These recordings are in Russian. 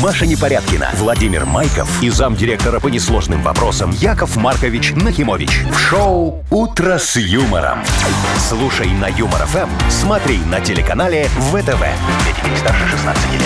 Маша Непорядкина, Владимир Майков и замдиректора по несложным вопросам Яков Маркович Нахимович. В шоу «Утро с юмором». Слушай на Юмор ФМ, смотри на телеканале ВТВ. Для детей старше 16 лет.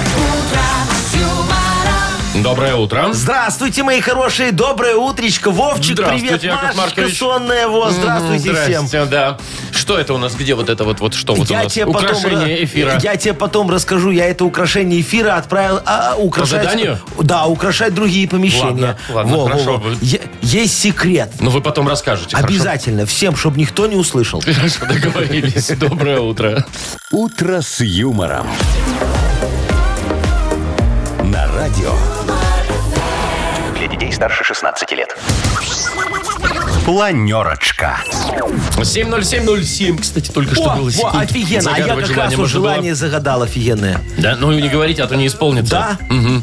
Доброе утро. Здравствуйте, мои хорошие, доброе утречко. Вовчик, Здравствуйте, привет, Яков Машечка, Маркович. сонная, во, здравствуйте всем. Здрасте, да. Что это у нас? Где вот это вот? вот что вот у нас? Украшение ра- эфира. Я тебе потом расскажу. Я это украшение эфира отправил а, а, украшать... заданию? Да, украшать другие помещения. Ладно, ладно, хорошо. Е- есть секрет. Ну, вы потом расскажете. хорошо? Обязательно. Всем, чтобы никто не услышал. Хорошо, договорились. Доброе утро. «Утро с юмором». На радио. Для детей старше 16 лет. Планерочка. 7.07.07, кстати, только что О, было во, секунд. офигенно. А я Загадывать как раз желание вот можно было. желание загадал офигенное. Да, ну не говорите, а то не исполнится. Да?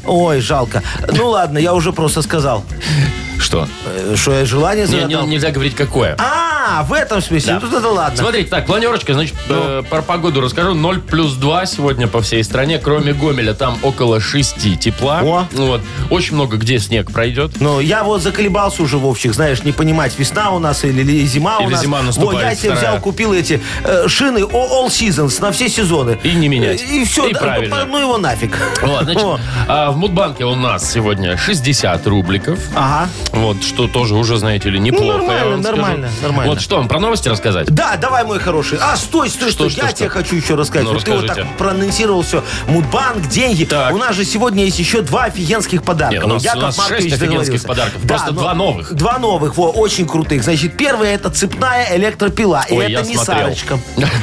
Ой, жалко. Ну ладно, я уже просто сказал, Что? э, что я желание Не, не- загадал. нельзя говорить, какое. А, в этом смысле. Да. Ну, Тут это ладно. Смотрите, так, планерочка, значит, Ну. э, про погоду расскажу. 0 плюс 2 сегодня по всей стране, кроме Гомеля. Там около 6 тепла. О. Ну Вот. Очень много где снег пройдет. Ну, я вот заколебался уже, Вовчик, знаешь, не понимать, весна у нас или, ли- зима у Или нас. зима наступает, Вот я тебе вторая. взял, купил эти э, шины о- All Seasons на все сезоны. И не менять. Э, И все, И да, правильно. по- ну его нафиг. Вот, значит, О, а в Мудбанке у нас сегодня 60 рубликов. Ага. Вот, что тоже уже, знаете ли, неплохо. я нормально, вам скажу. нормально, нормально. Вот что, вам про новости рассказать? Да, давай, мой хороший. А, стой, стой, Что, стой. что, я что? тебе хочу еще рассказать. Ну, вот ты вот так расскажите. проанонсировал все. Мудбанк, деньги. Так. У нас же сегодня есть еще два офигенских подарка. Нет, у нас- у нас шесть офигенских подарков. Просто два новых. ну, Два новых, во, очень крутых. Значит, первое это цепная электропила. Ой, и я это не смотрел. Сарочка.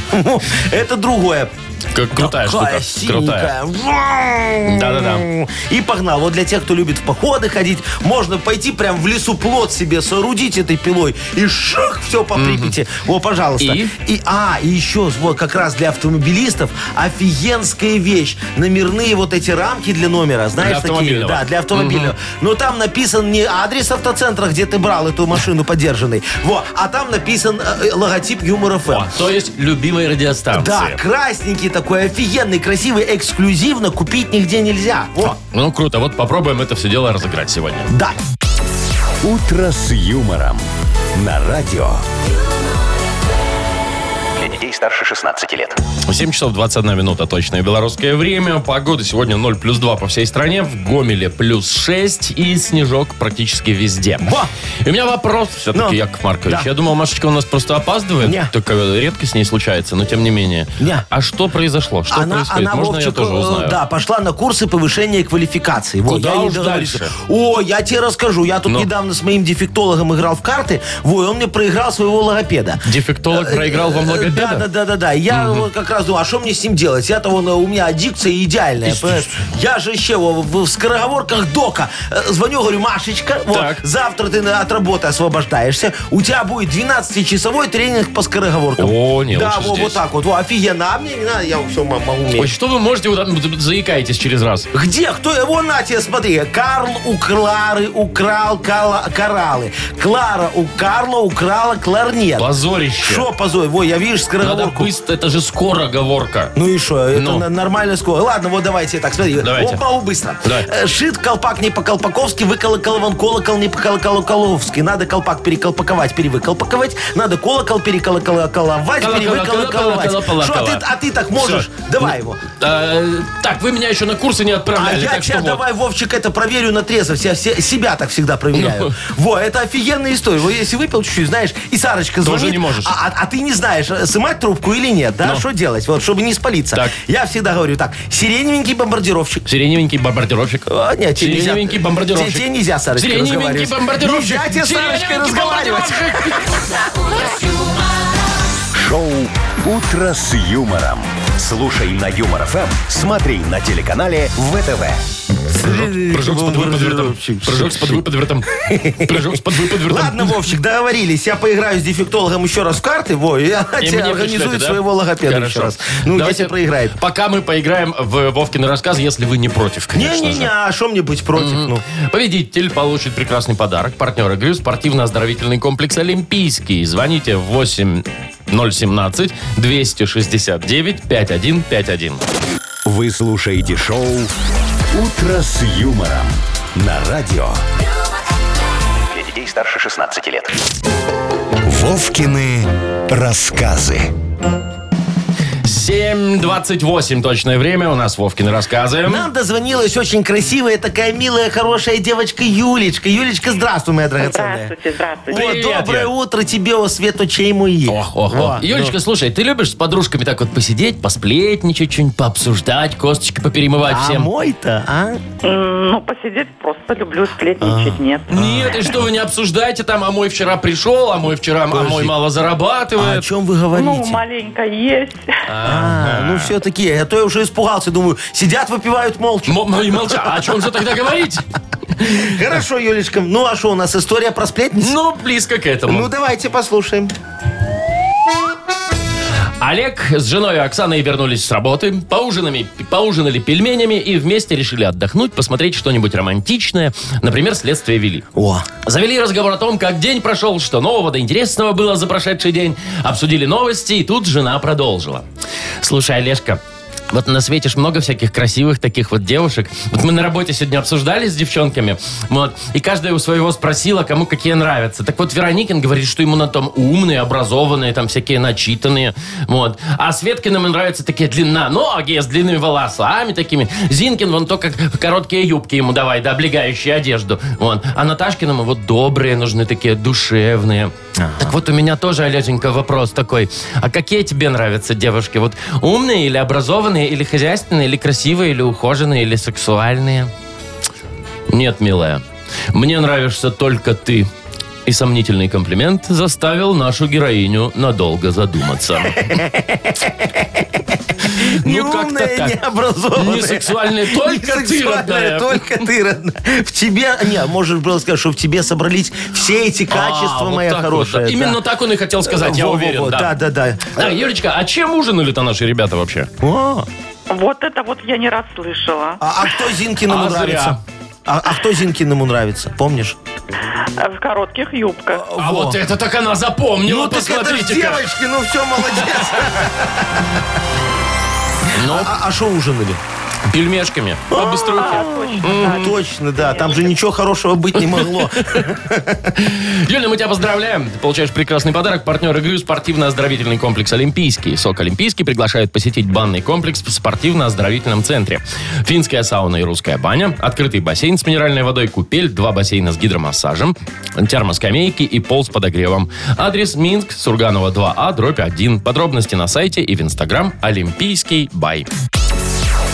Это другое. Как крутая штука. Такая Крутая. синенькая. Вау! Да-да-да. И погнал. Вот для тех, кто любит в походы ходить, можно пойти прям в лесу плод себе соорудить этой пилой и шах, все по Припяти. Во, пожалуйста. И? а, и еще вот как раз для автомобилистов офигенская вещь. Номерные вот эти рамки для номера, знаешь, такие. автомобильного. Да, для автомобиля. Но там написан не адрес автоцентра, где ты брал эту машину подержанной, во, а там написан э, э, логотип Юмор Эм. ФМ. О, то есть любимой радиостанции. Да, красненький такой, офигенный, красивый, эксклюзивно купить нигде нельзя. Во, Ну, круто. Вот попробуем это все дело разыграть сегодня. да. «Утро с юмором». На радио. Для детей старше 16 лет. 7 часов 21 минута точное белорусское время. Погода сегодня 0 плюс 2 по всей стране. В Гомеле плюс 6 и снежок практически везде. Во! И у меня вопрос все-таки, Ну, Яков Маркович. да. Я думал, Машечка у нас просто опаздывает. Не. Только редко с ней случается, но тем не менее. Не. А что произошло? Что она, происходит? она, Можно я Вовчик, тоже э, узнаю? Да, пошла на курсы повышения квалификации. Вот, Куда я ей уж договорился. дальше? О, я тебе расскажу. Я тут Ну. недавно с моим дефектологом играл в карты. Во, и он мне проиграл своего логопеда. Дефектолог проиграл во много Э, Да, да, да, да, да. Я вот как раз думал, а что мне с ним делать? Я-то вон, э, у меня аддикция идеальная. понимаешь? Я же еще во- в, в скороговорках дока. Э, Звоню, говорю, Машечка, вот, Так. завтра ты на- от работы освобождаешься. У тебя будет 12-часовой тренинг по скороговоркам. О, не, Да, лучше во, здесь. вот так вот. Во, офигенно. А мне не надо, я все могу уметь. Ой, что вы можете, вот, м, заикаетесь через раз. Где? Кто? его на тебе, смотри. Карл у Клары украл кала- кораллы. Клара у Карла украла кларнет. Позорище. Что позой? Во, я видишь Надо скороговорку. быстро, это же скороговорка. Ну и что, это Ну. на- нормально скоро. Ладно, вот давайте так, смотри. Давайте. Опа, быстро. Давай. Э, Шит колпак не по-колпаковски, выколо колован колокол не по-колоколовски. Надо колпак переколпаковать, перевыколпаковать. Надо колокол переколоколовать, Колокола- перевыколоколовать. колокола- Шо ты, а ты так можешь? Всё. Давай его. Э, так, вы меня еще на курсы не А отправляли. я так тебя что вот. давай, Вовчик, это проверю на трезвость. Я се- себя так всегда Ну. проверяю. Во, это офигенная история. Вот если выпил чуть-чуть, знаешь, и Сарочка Тоже звонит. не можешь. А, а- а ты не знаешь, э, сымать трубку или нет, да? Ну. Что делать? Вот, чтобы не спалиться. Так. Я всегда говорю так, сиреневенький бомбардировщик. Сиреневенький бомбардировщик. А, нет, тебе нельзя. Сиреневенький бомбардировщик. Тебе- тебе нельзя, Сарочка, Сиреневенький разговаривать. бомбардировщик. Нельзя тебе с Сарочкой Сиреневенький разговаривать. бомбардировщик. Шоу «Утро с юмором». Слушай на Юмор ФМ, смотри на телеканале ВТВ. Прыжок с подвыподвертом. Прыжок с подвыподвертом. Прыжок с подвыподвертом. Ладно, Вовчик, договорились. Я поиграю с дефектологом еще раз в карты, во, и она И тебе мне организует пришлете, да? своего логопеда Хорошо. еще раз. Ну, если проиграет. Пока мы поиграем в Вовкин рассказ, если вы не против, конечно Не-не-не, же. а что мне быть против? Ну. Победитель получит прекрасный подарок. Партнер игры спортивно-оздоровительный комплекс «Олимпийский». Звоните 8 017 269 5151. Вы слушаете шоу «Утро с юмором» на радио. Для детей старше 16 лет. Вовкины рассказы. 7.28 точное время. У нас Вовкины рассказы. Нам дозвонилась очень красивая, такая милая, хорошая девочка Юлечка. Юлечка, здравствуй, моя драгоценная. Здравствуйте, здравствуйте. О, Привет, доброе Юль. утро тебе, о свету чей мой. Ох, Ну. ох, ох. Юлечка, слушай, ты любишь с подружками так вот посидеть, посплетничать, что-нибудь пообсуждать, косточки поперемывать А всем? мой-то, а? М, Ну, посидеть просто люблю, сплетничать нет. ну, Нет, и что вы не обсуждаете там, а мой вчера пришел, а мой вчера, а мой мало А о зарабатывает. чем вы Ну, говорите? маленько есть. А, ну все-таки, а то я уже испугался, думаю, сидят, выпивают молча. М- м- и молча. А о чем же тогда говорить? Хорошо, Юлечка, ну а что, у нас история про сплетниц? Ну, близко к Ну этому. давайте послушаем. Олег с женой Оксаной вернулись с работы, поужинами, поужинали пельменями и вместе решили отдохнуть, посмотреть что-нибудь романтичное. Например, «Следствие вели». О, Завели разговор о том, как день прошел, что нового да интересного было за прошедший день. Обсудили новости, и тут жена продолжила. Слушай, Олежка, вот на свете ж много всяких красивых таких вот девушек. Вот мы на работе сегодня обсуждали с девчонками, вот, и каждая у своего спросила, кому какие нравятся. Так вот, Вероникин говорит, что ему на том умные, образованные, там всякие начитанные, вот. А Светкиным нравятся такие длинноногие, с длинными волосами такими. Зинкин, вон только короткие юбки ему давай, да, облегающие одежду. Вон. А Наташкиному вот добрые нужны такие, душевные. Так вот у меня тоже, Олеженька, вопрос такой. А какие тебе нравятся девушки? Вот умные или образованные, или хозяйственные, или красивые, или ухоженные, или сексуальные? Нет, милая, мне нравишься только ты. И сомнительный комплимент заставил нашу героиню надолго задуматься. не Ну, как-то умная, не так. образованная. Не сексуальная, Не только ты, сексуальная, родная. Только ты, родная. В тебе, не, можешь было сказать, что в тебе собрались все эти А, качества, вот моя так вот. хорошая. да. Именно так он и хотел сказать, я Во-во-во, уверен. Да, да, да. Да, Юлечка, а чем ужинали-то наши ребята вообще? О, Вот это вот я не раз слышала. А а кто Зинкиному А, зря. нравится? А, а кто Зинкиному нравится, помнишь? А В коротких юбках. А Во. вот это так она запомнила, Ну, так это ж посмотрите-ка. девочки, ну все, молодец. Ну, А что ужинали? пельмешками, А. по быструхе. Точно, да, там же ничего хорошего быть не могло. Юля, ну мы тебя поздравляем. Ты получаешь прекрасный подарок. Партнер игры спортивно-оздоровительный комплекс «Олимпийский». СОК «Олимпийский» приглашает посетить банный комплекс в спортивно-оздоровительном центре. Финская сауна и русская баня, открытый бассейн с минеральной водой, купель, два бассейна с гидромассажем, термоскамейки и пол с подогревом. Адрес Минск, Сурганова 2А, дробь 1. Подробности на сайте и в инстаграм «Олимпийский бай».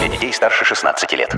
Для детей старше 16 лет.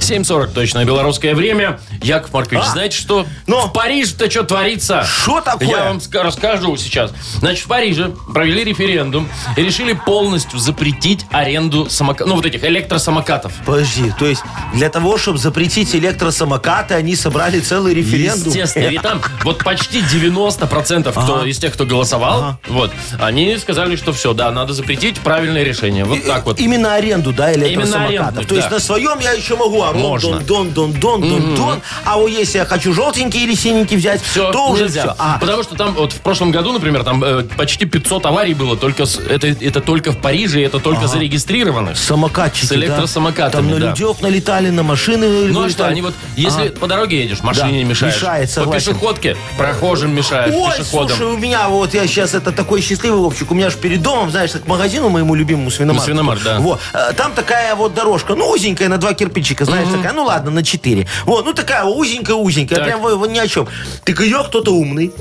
7.40 точное белорусское время. Яков Маркович, А, знаете что? ну? в Париже-то что творится? Шо такое? Я вам ска- расскажу сейчас. Значит, в Париже провели референдум и решили полностью запретить аренду самокатов, ну вот этих электросамокатов. Подожди, то есть для того, чтобы запретить электросамокаты, они собрали целый референдум? Естественно, ведь там вот почти 90% кто, из тех, кто голосовал, вот, они сказали, что все, да, надо запретить, правильное решение. Вот так вот. Именно аренду, да, Именно электросамокатов. арендных, То есть да. на своем я еще могу. А рон, Можно. дон, дон, дон, дон, дон, дон. А вот если я хочу желтенький или синенький взять, Все, то уже нельзя. все. А, Потому что там вот в прошлом году, например, там э, почти 500 аварий было только с- это это только в Париже, и это только зарегистрированных. самокатчики, С электросамокатами, да. Там на да. людей налетали, на машины Ну а вылетали. что, они вот, если по дороге едешь, машине Да, мешаешь. мешает, по согласен. пешеходке прохожим мешаешь, Ой, пешеходам. слушай, у меня вот я сейчас это такой счастливый Вовчик. У меня же перед домом, знаешь, так, к магазину моему любимому свиномарку. Ну, свиномарк, да. Вот, э, там такая вот дорожка, ну, узенькая, на два кирпичика, знаешь, такая, ну, ладно, на четыре. Вот, ну, такая вот узенькая-узенькая, Так. прям вот, вот ни о чем. Так ее кто-то умный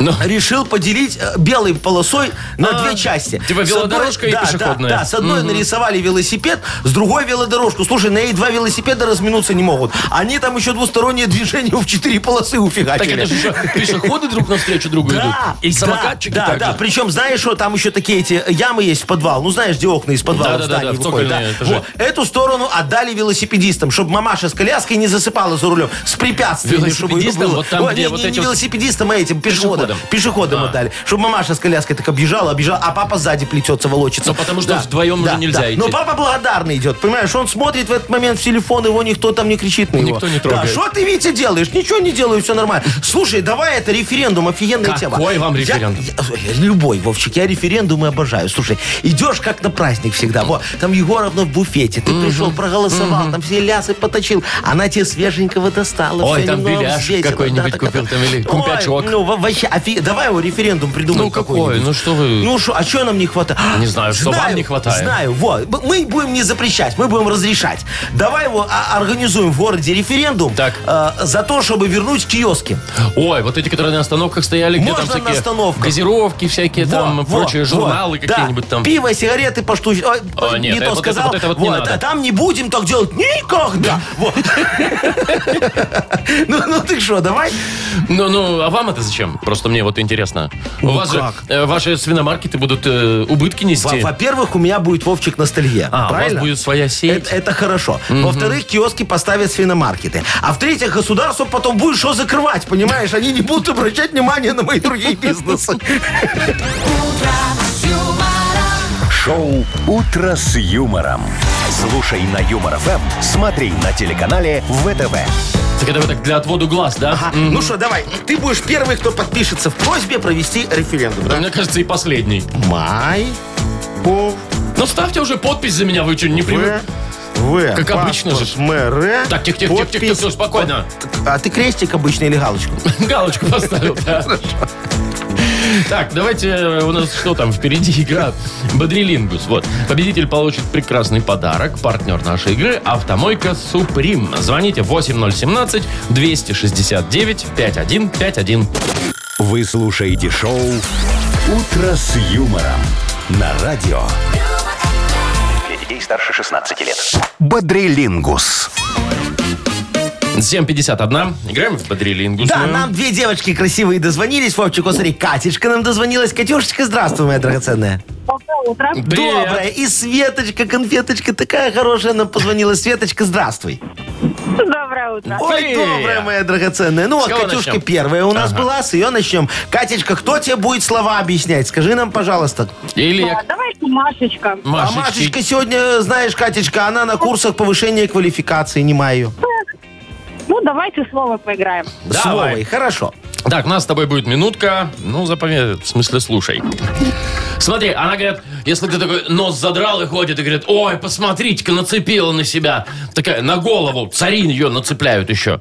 Ну, решил поделить э, белой полосой на А, две части. типа С одной- велодорожка и да, да, пешеходная. Да, с одной нарисовали велосипед, с другой велодорожку. Слушай, на ней два велосипеда разминуться не могут. Они там еще двустороннее движение в четыре полосы так уфигачили. это же еще пешеходы друг навстречу другу идут. Да, И да, самокатчики да, также. да. Причем, знаешь, что там еще такие эти ямы есть в подвал. Ну, знаешь, где окна из подвала Да-да-да, в здании да, в выходят, да. цокольные этажи. Вот. Эту сторону отдали велосипедистам, чтобы мамаша с коляской не засыпала за рулем. С препятствиями, чтобы Велосипедистам? было. Вот там, Ой, где не, вот не, эти не вот велосипедистам, а этим пешеходам. Пешеходам. Пешеходам Да. отдали. Чтобы мамаша с коляской так объезжала, объезжала, а папа сзади плетется, волочится. Ну, потому что вдвоем уже нельзя идти. Но папа благодарный идет, понимаешь? Он смотрит в этот момент в телефон, его никто там не кричит на него. Никто не трогает. Да, что ты, Витя, делаешь? Ничего не делаю, все нормально. Слушай, давай это референдум, офигенная Какой тема. вам Я- референдум? я- любой, Вовчик, я референдумы обожаю. Слушай, идешь как на праздник всегда. Вот, там Егоровна в буфете, ты пришел, проголосовал, там все лясы поточил. Она тебе свеженького достала. Ой, всё там немного беляш взвесила. какой-нибудь так, купил так. там или Ой, кумпячок. Ну, во- вообще, офи- давай его референдум придумай Ну, какой? какой-нибудь. Ну, что вы- Ну, шо, а чего нам не хватает? Не знаю, что вам не хватает. Знаю, вот. Б- Мы будем не запрещать, мы будем разрешать. Давай его а, организуем в городе референдум Так. э, за то, чтобы вернуть киоски. Ой, вот эти, которые на остановках стояли, где там Можно на всякие остановках. газировки всякие, там Во, прочие во, журналы во. какие-нибудь Да. там. Пиво, сигареты поштучно. Ой, О, нет, не это то вот это- сказал. вот это вот не надо. А там не будем так делать никогда. Вот. Ну, ну ты что, давай. Ну, ну, а вам это зачем? Просто мне вот интересно. У Ну, вас же как? э, ваши свиномаркеты будут э, убытки Во- нести. Во-первых, у меня будет Вовчик ностальгия. а, правильно? Э, у вас будет своя сеть. Это, это хорошо. Во-вторых, киоски поставят свиномаркеты. А в-третьих, государство потом будет что закрывать, понимаешь? Они не будут обращать внимания на мои другие бизнесы. Шоу «Утро с юмором». Слушай на Юмор ФМ, смотри на телеканале ВТВ. Так это вы так для отводу глаз, да? Ага. М. Ну что, давай, ты будешь первый, кто подпишется в просьбе провести референдум. Да, Мне кажется, и последний. Май. Пов. Ну, ставьте уже подпись за меня, вы что, не привык? В. Как обычно же. МР. Так, тихо, тихо, тихо, тихо, тихо, спокойно. А ты крестик обычно или галочку? Галочку поставил, да. Так, давайте э, у нас что там впереди игра Бодрилингус. Вот. Победитель получит прекрасный подарок. Партнер нашей игры Автомойка Суприм. Звоните 8017 269 5151. Вы слушаете шоу «Утро с юмором» на радио Для детей старше 16 лет. «Бодрилингус». 751. Играем в Бодрилингус. Да, нам две девочки красивые дозвонились. Вовчик, вот смотри, Катечка нам дозвонилась. Катюшечка, здравствуй, моя драгоценная. Привет. Добрая. И Светочка, конфеточка, такая хорошая нам позвонила. Светочка, здравствуй. Доброе утро. Ой, Привет. добрая моя драгоценная. Ну, С вот кого Катюшка начнем? первая у нас Ага. была, с ее начнем. Катечка, кто тебе будет слова объяснять? Скажи нам, пожалуйста. Или А, Давайте Машечка. А Машечки. Машечка сегодня, знаешь, Катечка, она на курсах повышения квалификации, не маю. Ну, давайте слово поиграем. С Давай. Вовой, хорошо. Так, у нас с тобой будет минутка. Ну, запомни, в смысле, слушай. Смотри, она говорит, если ты такой нос задрал и ходит, и говорит, ой, посмотрите-ка, нацепила на себя. Такая, на голову, царин ее нацепляют еще.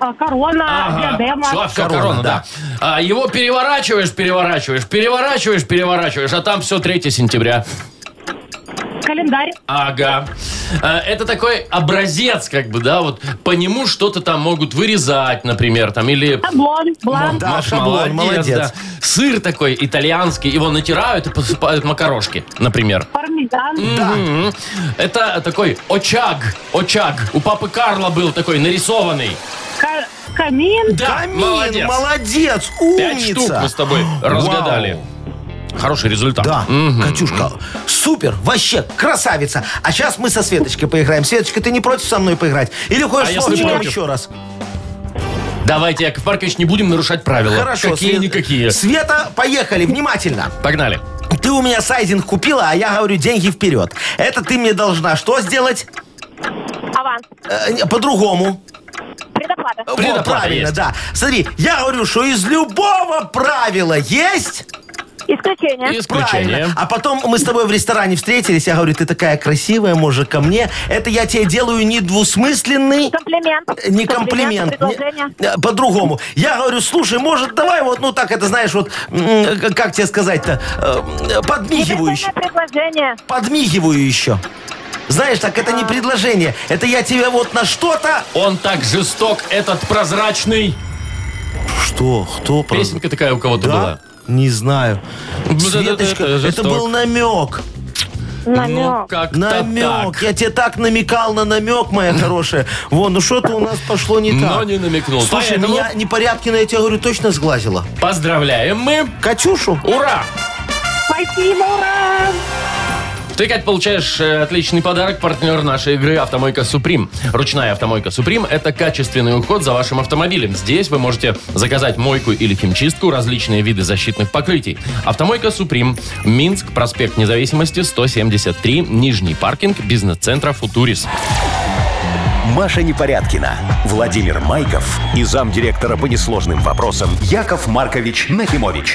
А, Корона, диадема. Все, все, корона, Корона, да. А его переворачиваешь, переворачиваешь, переворачиваешь, переворачиваешь, а там все 3 сентября. Календарь. Ага. А, Это такой образец, как бы, да, вот по нему что-то там могут вырезать, например, там, или... Ну Таблон. Бланк. Да, Маш, шаблон, молодец. Сыр такой итальянский, его натирают и посыпают макарошки, например. Пармезан. А. Мгм. Это такой очаг, очаг. У папы Карла был такой нарисованный. ка- Камин. Да, Камин, молодец. молодец, Пять штук умница. мы с тобой разгадали. Хороший результат. Да, Мгм. Катюшка, супер, вообще красавица. А сейчас мы со Светочкой поиграем. Светочка, ты не против со мной поиграть? Или хочешь А с если Вовчиком против? еще раз? Давайте, Яков Маркович, не будем нарушать правила. Хорошо. Све- Какие-никакие. Света, поехали, внимательно. Погнали. Ты у меня сайдинг купила, а я говорю, деньги вперед. Это ты мне должна что сделать? Аванс. Э, не, По-другому. Предоплата. Во, Предоплата правильно, есть. да. Смотри, я говорю, что из любого правила есть Исключение. Исключение. правильно. А потом мы с тобой в ресторане встретились, я говорю, ты такая красивая, может, ко мне. Это я тебе делаю недвусмысленный Комплимент. Э, Не комплимент. Предложение. не- э, По-другому. Я говорю, слушай, может, давай вот, ну так это, знаешь, вот, м, к- как тебе сказать-то, э, э, подмигиваю еще. Непристойное предложение. Подмигиваю еще. Знаешь, так это не предложение. Это я тебе вот на что-то... Он так жесток, этот прозрачный. Что? Кто? Песенка такая у кого-то была. Да? Не знаю. это- Светочка, это это жесток. был намек. Ну, Намек. как-то Намек. так. Я тебе так намекал на намек, моя хорошая. Вон, ну что-то у нас пошло не так. Но не намекнул. Слушай, Поэтому меня Непорядкина, я тебе говорю, точно сглазила. поздравляем мы. Катюшу? Ура! Спасибо, ура! Ты, Кать, получаешь э, отличный подарок. Партнер нашей игры «Автомойка Суприм». Ручная «Автомойка Суприм» — это качественный уход за вашим автомобилем. Здесь вы можете заказать мойку или химчистку, различные виды защитных покрытий. «Автомойка Суприм», Минск, проспект Независимости, 173, Нижний паркинг, бизнес-центра «Футурис». Маша Непорядкина, Владимир Майков и замдиректора по несложным вопросам Яков Маркович Нахимович.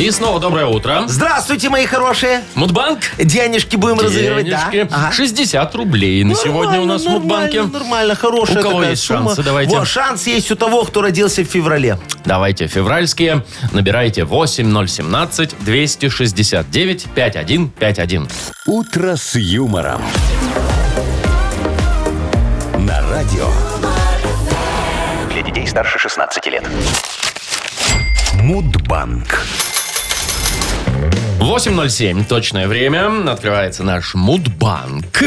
И снова доброе утро. Здравствуйте, мои хорошие. Мудбанк. Денежки будем разыгрывать, да? Денежки. Ага. Ну, 60 рублей на сегодня у нас в Нормально, Мудбанке. Нормально, нормально, хорошая У кого такая есть сумма. шансы? Давайте. Во, шанс есть у того, кто родился в феврале. Давайте февральские. Набирайте 8017 269 5151. Утро с юмором. На радио Для детей старше 16 лет. Мудбанк. 807 точное время. Открывается наш мудбанк.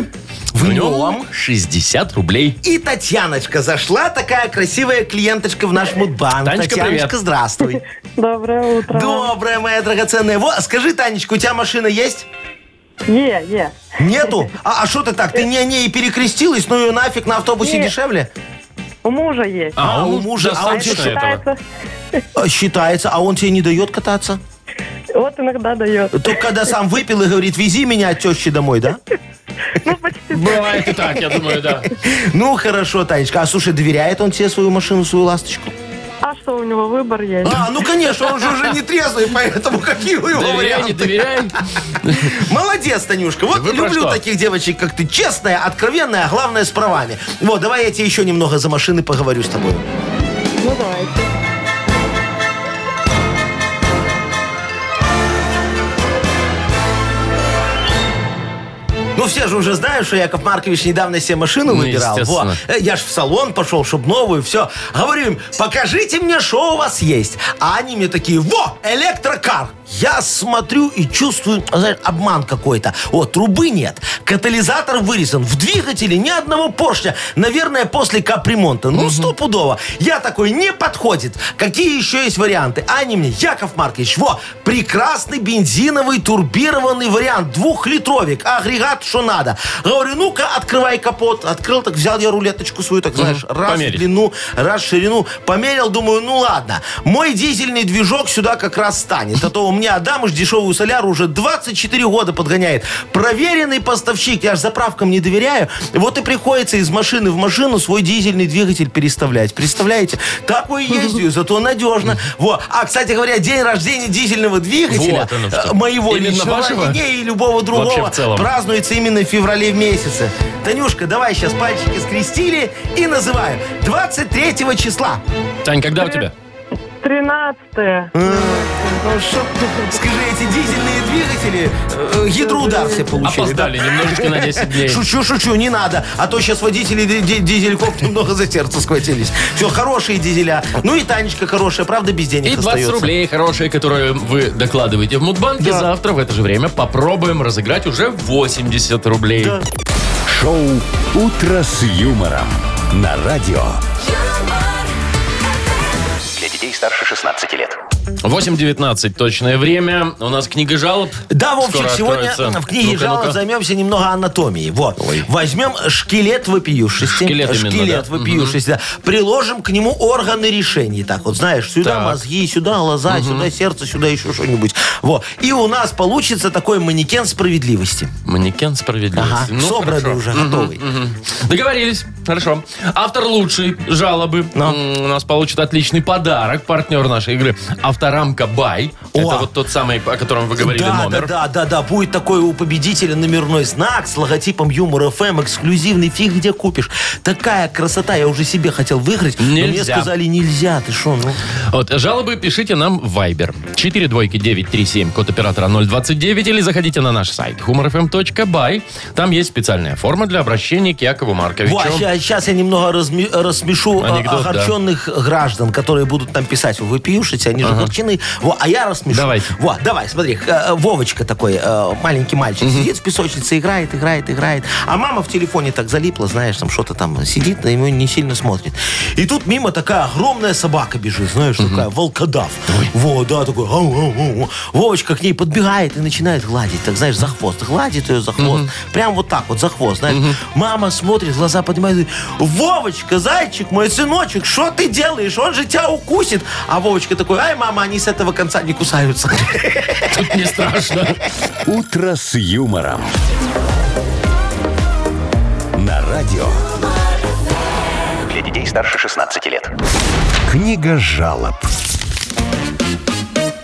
В нем 60 рублей. И Татьяночка зашла, такая красивая клиенточка в наш Мудбанк. Танечка, Татьяночка, привет. здравствуй. Доброе утро. Добрая моя драгоценная. Во, скажи, Танечка, у тебя машина есть? Е, е. Нету? А а что ты так? Ты не о ней перекрестилась, ну ее нафиг на автобусе Нет. дешевле? У мужа есть. А, у ну, мужа, а он достаточно тебе этого. Считается, А, Считается, а он тебе не дает кататься? вот иногда дает. Только когда сам выпил и говорит, вези меня от тещи домой, да? Ну, почти. Бывает и так, я думаю, да. Ну, хорошо, Танечка. А слушай, доверяет он тебе свою машину, свою ласточку? А что, у него выбор есть? А, ну, конечно, он же уже не трезвый, поэтому какие у него Доверяй, не варианты? доверяй. Молодец, Танюшка. Вот Вы про люблю что? таких девочек, как ты. Честная, откровенная, а главное, с правами. Вот, давай я тебе еще немного за машины поговорю с тобой. Ну, давайте. Ну, все же уже знают, что Яков Маркович недавно себе машину Ну, выбирал. Во. естественно. Э, Я ж в салон пошел, чтобы новую, все. Говорю им, покажите мне, что у вас есть. А они мне такие, во, электрокар. Я смотрю и чувствую, знаешь, обман какой-то. Вот, трубы нет, катализатор вырезан, в двигателе ни одного поршня. Наверное, после капремонта. Ну, стопудово. Я такой, не подходит. Какие еще есть варианты? А они мне, Яков Маркович, во, прекрасный бензиновый турбированный вариант, двухлитровик, агрегат, что надо. Говорю, ну-ка, открывай капот. Открыл, так взял я рулеточку свою, так знаешь, раз, померить. длину, раз, ширину. Померил, думаю, ну ладно. Мой дизельный движок сюда как раз станет. А то у меня Адам уж дешевую соляру уже 24 года подгоняет. Проверенный поставщик, я же заправкам не доверяю. Вот и приходится из машины в машину свой дизельный двигатель переставлять. Представляете? Такой ездию, зато надежно. Во. А, кстати говоря, день рождения дизельного двигателя Вот оно что. э, моего Именно личного, вашего? не и любого другого, в целом. празднуется именно в феврале месяце. Танюшка, давай сейчас пальчики скрестили и называю. 23 числа. Тань, когда у тебя? Тринадцатое. Ну, чтоб, скажи, эти дизельные двигатели э, гидроудар все получили. Опоздали немножечко на 10 да? дней. Шучу, шучу, не надо. А то сейчас водители ди- ди- дизельков немного за сердце схватились. Все, хорошие дизеля. Ну и Танечка хорошая, правда, без денег И 20 остается. рублей хорошие, которые вы докладываете в Мудбанке. Да. Завтра в это же время попробуем разыграть уже 80 рублей. Да. Шоу Утро с юмором. На радио Для детей старше 16 лет. 8.19 точное время. У нас книга жалоб. Да, Вовчик, Скоро сегодня откроется. в книге Ну-ка, жалоб ну-ка. займемся немного анатомией. Вот. Возьмем шкелет вопиюшести. Шкелет именно, Шкелет да. вопиюшести, да. Приложим к нему органы решений. Так вот, знаешь, сюда Так. мозги, сюда глаза, сюда сердце, сюда еще что-нибудь. Вот. И у нас получится такой манекен справедливости. Манекен справедливости. Ну, Ага, собранный уже, готовый. Договорились. Хорошо. Автор лучшей жалобы Ну. м, у нас получит отличный подарок. Партнер нашей игры «Авторамка Бай». О. Это вот тот самый, о котором вы говорили, да, номер. Да, да, да, да. Будет такой у победителя номерной знак с логотипом Юмор ФМ, эксклюзивный фиг где купишь. Такая красота, я уже себе хотел выиграть, но мне Нельзя. сказали нельзя, ты что, ну. Вот, жалобы пишите нам в Viber. 4 двойки 937, код оператора 029, или заходите на наш сайт humorfm.by. Там есть специальная форма для обращения к Якову Марковичу. Во, ща- сейчас я немного разми- рассмешу э, Анекдот, да. огорченных граждан, которые будут там писать, вы пьюшите, они же огорчены. Во, а я рассмешу. Давайте. Вот, давай, смотри, э, э, Вовочка такой, э, маленький мальчик, сидит в песочнице, играет, играет, играет. А мама в телефоне так залипла, знаешь, там что-то там сидит, на него не сильно смотрит. И тут мимо такая огромная собака бежит, знаешь, такая, волкодав. Вот, да, такой. «Ау, ау, ау, ау». Вовочка к ней подбегает и начинает гладить, так, знаешь, за хвост. Гладит ее за хвост. Прям вот так вот, за хвост, знаешь. Мама смотрит, глаза поднимает, говорит, Вовочка, зайчик мой, сыночек, что ты делаешь? Он же тебя укусит. А Вовочка такой, ай, мама, они с этого конца не кусаются. Тут не страшно. «Утро с юмором». На радио. Для детей старше 16 лет. Книга жалоб.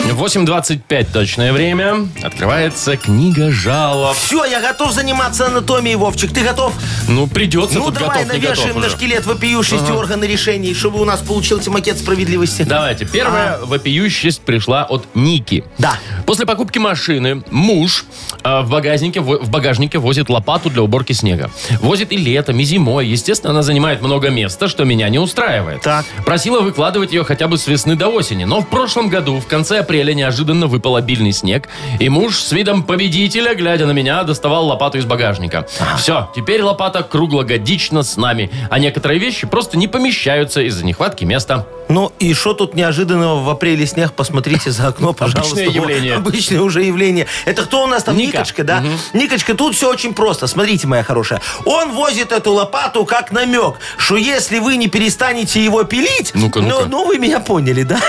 8.25 точное время. Открывается книга жалоб. Все, я готов заниматься анатомией, Вовчик. Ты готов? Ну, придется ну тут давай готов, не готов навешаем на уже. шкелет вопиющести органы решений, чтобы у нас получился макет справедливости. Давайте. Первая вопиющесть пришла от Ники. А. Да. После покупки машины муж э, в, багажнике, во- в багажнике возит лопату для уборки снега. Возит и летом, и зимой. Естественно, она занимает много места, что меня не устраивает. Так. Просила выкладывать ее хотя бы с весны до осени. Но в прошлом году, в конце апреля, неожиданно выпал обильный снег. И муж с видом победителя, глядя на меня, доставал лопату из багажника. Все, теперь лопата круглогодично с нами. А некоторые вещи просто не помещаются из-за нехватки места. Ну и что тут неожиданного в апреле снег? Посмотрите за окно, пожалуйста. Обычное Вот, явление. Обычное уже явление. Это кто у нас там? Ника. Никочка, да? Никочка, тут все очень просто. Смотрите, моя хорошая. Он возит эту лопату как намек, что если вы не перестанете его пилить... Ну-ка, ну-ка. Ну, ну, вы меня поняли, да?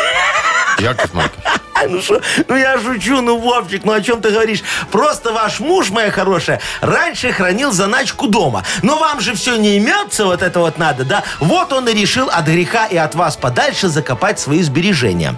Яков Маркович. А, Ну что, ну я шучу, ну Вовчик, ну о чем ты говоришь? Просто ваш муж, моя хорошая, раньше хранил заначку дома. Но вам же все не имется, вот это вот надо, да? Вот он и решил от греха и от вас подальше закопать свои сбережения.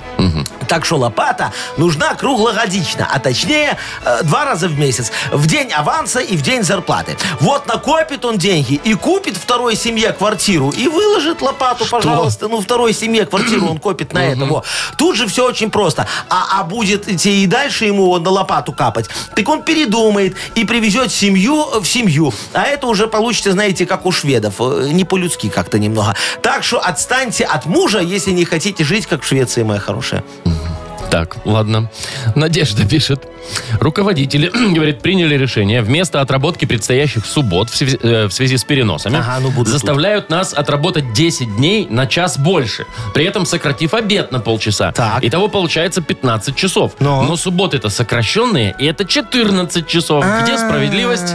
Так что лопата нужна круглогодично, а точнее э, два раза в месяц. В день аванса и в день зарплаты. Вот накопит он деньги и купит второй семье квартиру и выложит лопату, пожалуйста. Ну, второй семье квартиру он копит на это. во. Тут же все очень просто. А, а будет идти и дальше ему он на лопату капать, так он передумает и привезет семью в семью. А это уже получится, знаете, как у шведов. э, Не по-людски как-то немного. Так что отстаньте от мужа, если не хотите жить, как в Швеции, моя хорошая. Так, ладно. Надежда пишет. Руководители, говорит, приняли решение вместо отработки предстоящих суббот в связи, э, в связи с переносами Ага, ну будут, заставляют нас отработать 10 дней на час больше, при этом сократив обед на полчаса. Так. Ну. Итого получается 15 часов. Но. субботы-то сокращенные, и это 14 часов. А. Где справедливость?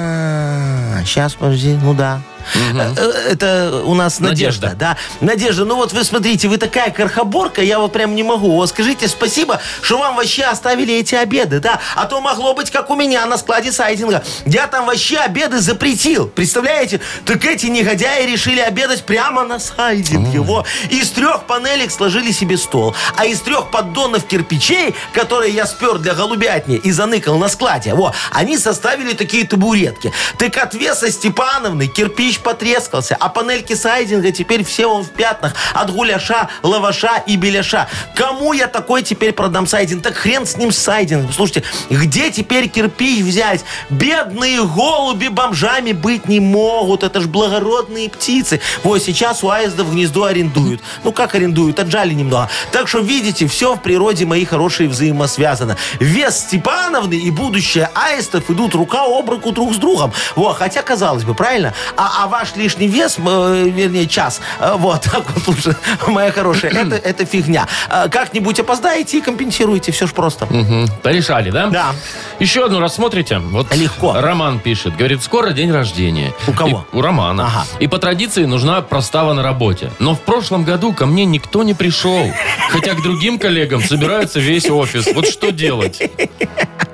Сейчас, подожди, ну да. Э, э, Это у нас Надежда. Надежда, да. Надежда, ну вот вы смотрите, вы такая крохоборка, я вот прям не могу. Вот скажите спасибо, что вам вообще оставили эти обеды, да. А то могло быть, как у меня на складе сайдинга. Я там вообще обеды запретил, представляете? Так эти негодяи решили обедать прямо на сайдинге. Его. Из трех панелек сложили себе стол, а из трех поддонов кирпичей, которые я спер для голубятни и заныкал на складе, во, они составили такие табуретки. Так от веса Степановны кирпич потрескался, а панельки сайдинга теперь все он в пятнах от гуляша, лаваша и беляша. Кому я такой теперь продам сайдинг? Так хрен с ним с сайдингом. Слушайте, где теперь кирпич взять? Бедные голуби бомжами быть не могут. Это ж благородные птицы. Вот сейчас у аиздов гнездо арендуют. Ну как арендуют? Отжали немного. Так что видите, все в природе мои хорошие взаимосвязано. Вес Степановны и будущее аистов идут рука об руку друг с другом. Во, хотя казалось бы, правильно? А, а ваш лишний вес, э, вернее час, э, вот, так вот лучше, моя хорошая, это, это фигня. Э, Как-нибудь опоздаете и компенсируете, все ж просто. Мгм. Порешали, да? Да. Еще одну рассмотрите. Вот Легко. Роман пишет. Говорит, скоро день рождения. У кого? И- у Романа. Ага. И по традиции нужна простава на работе. Но в прошлом году ко мне никто не пришел. Хотя к другим коллегам собирается весь офис. Вот что делать?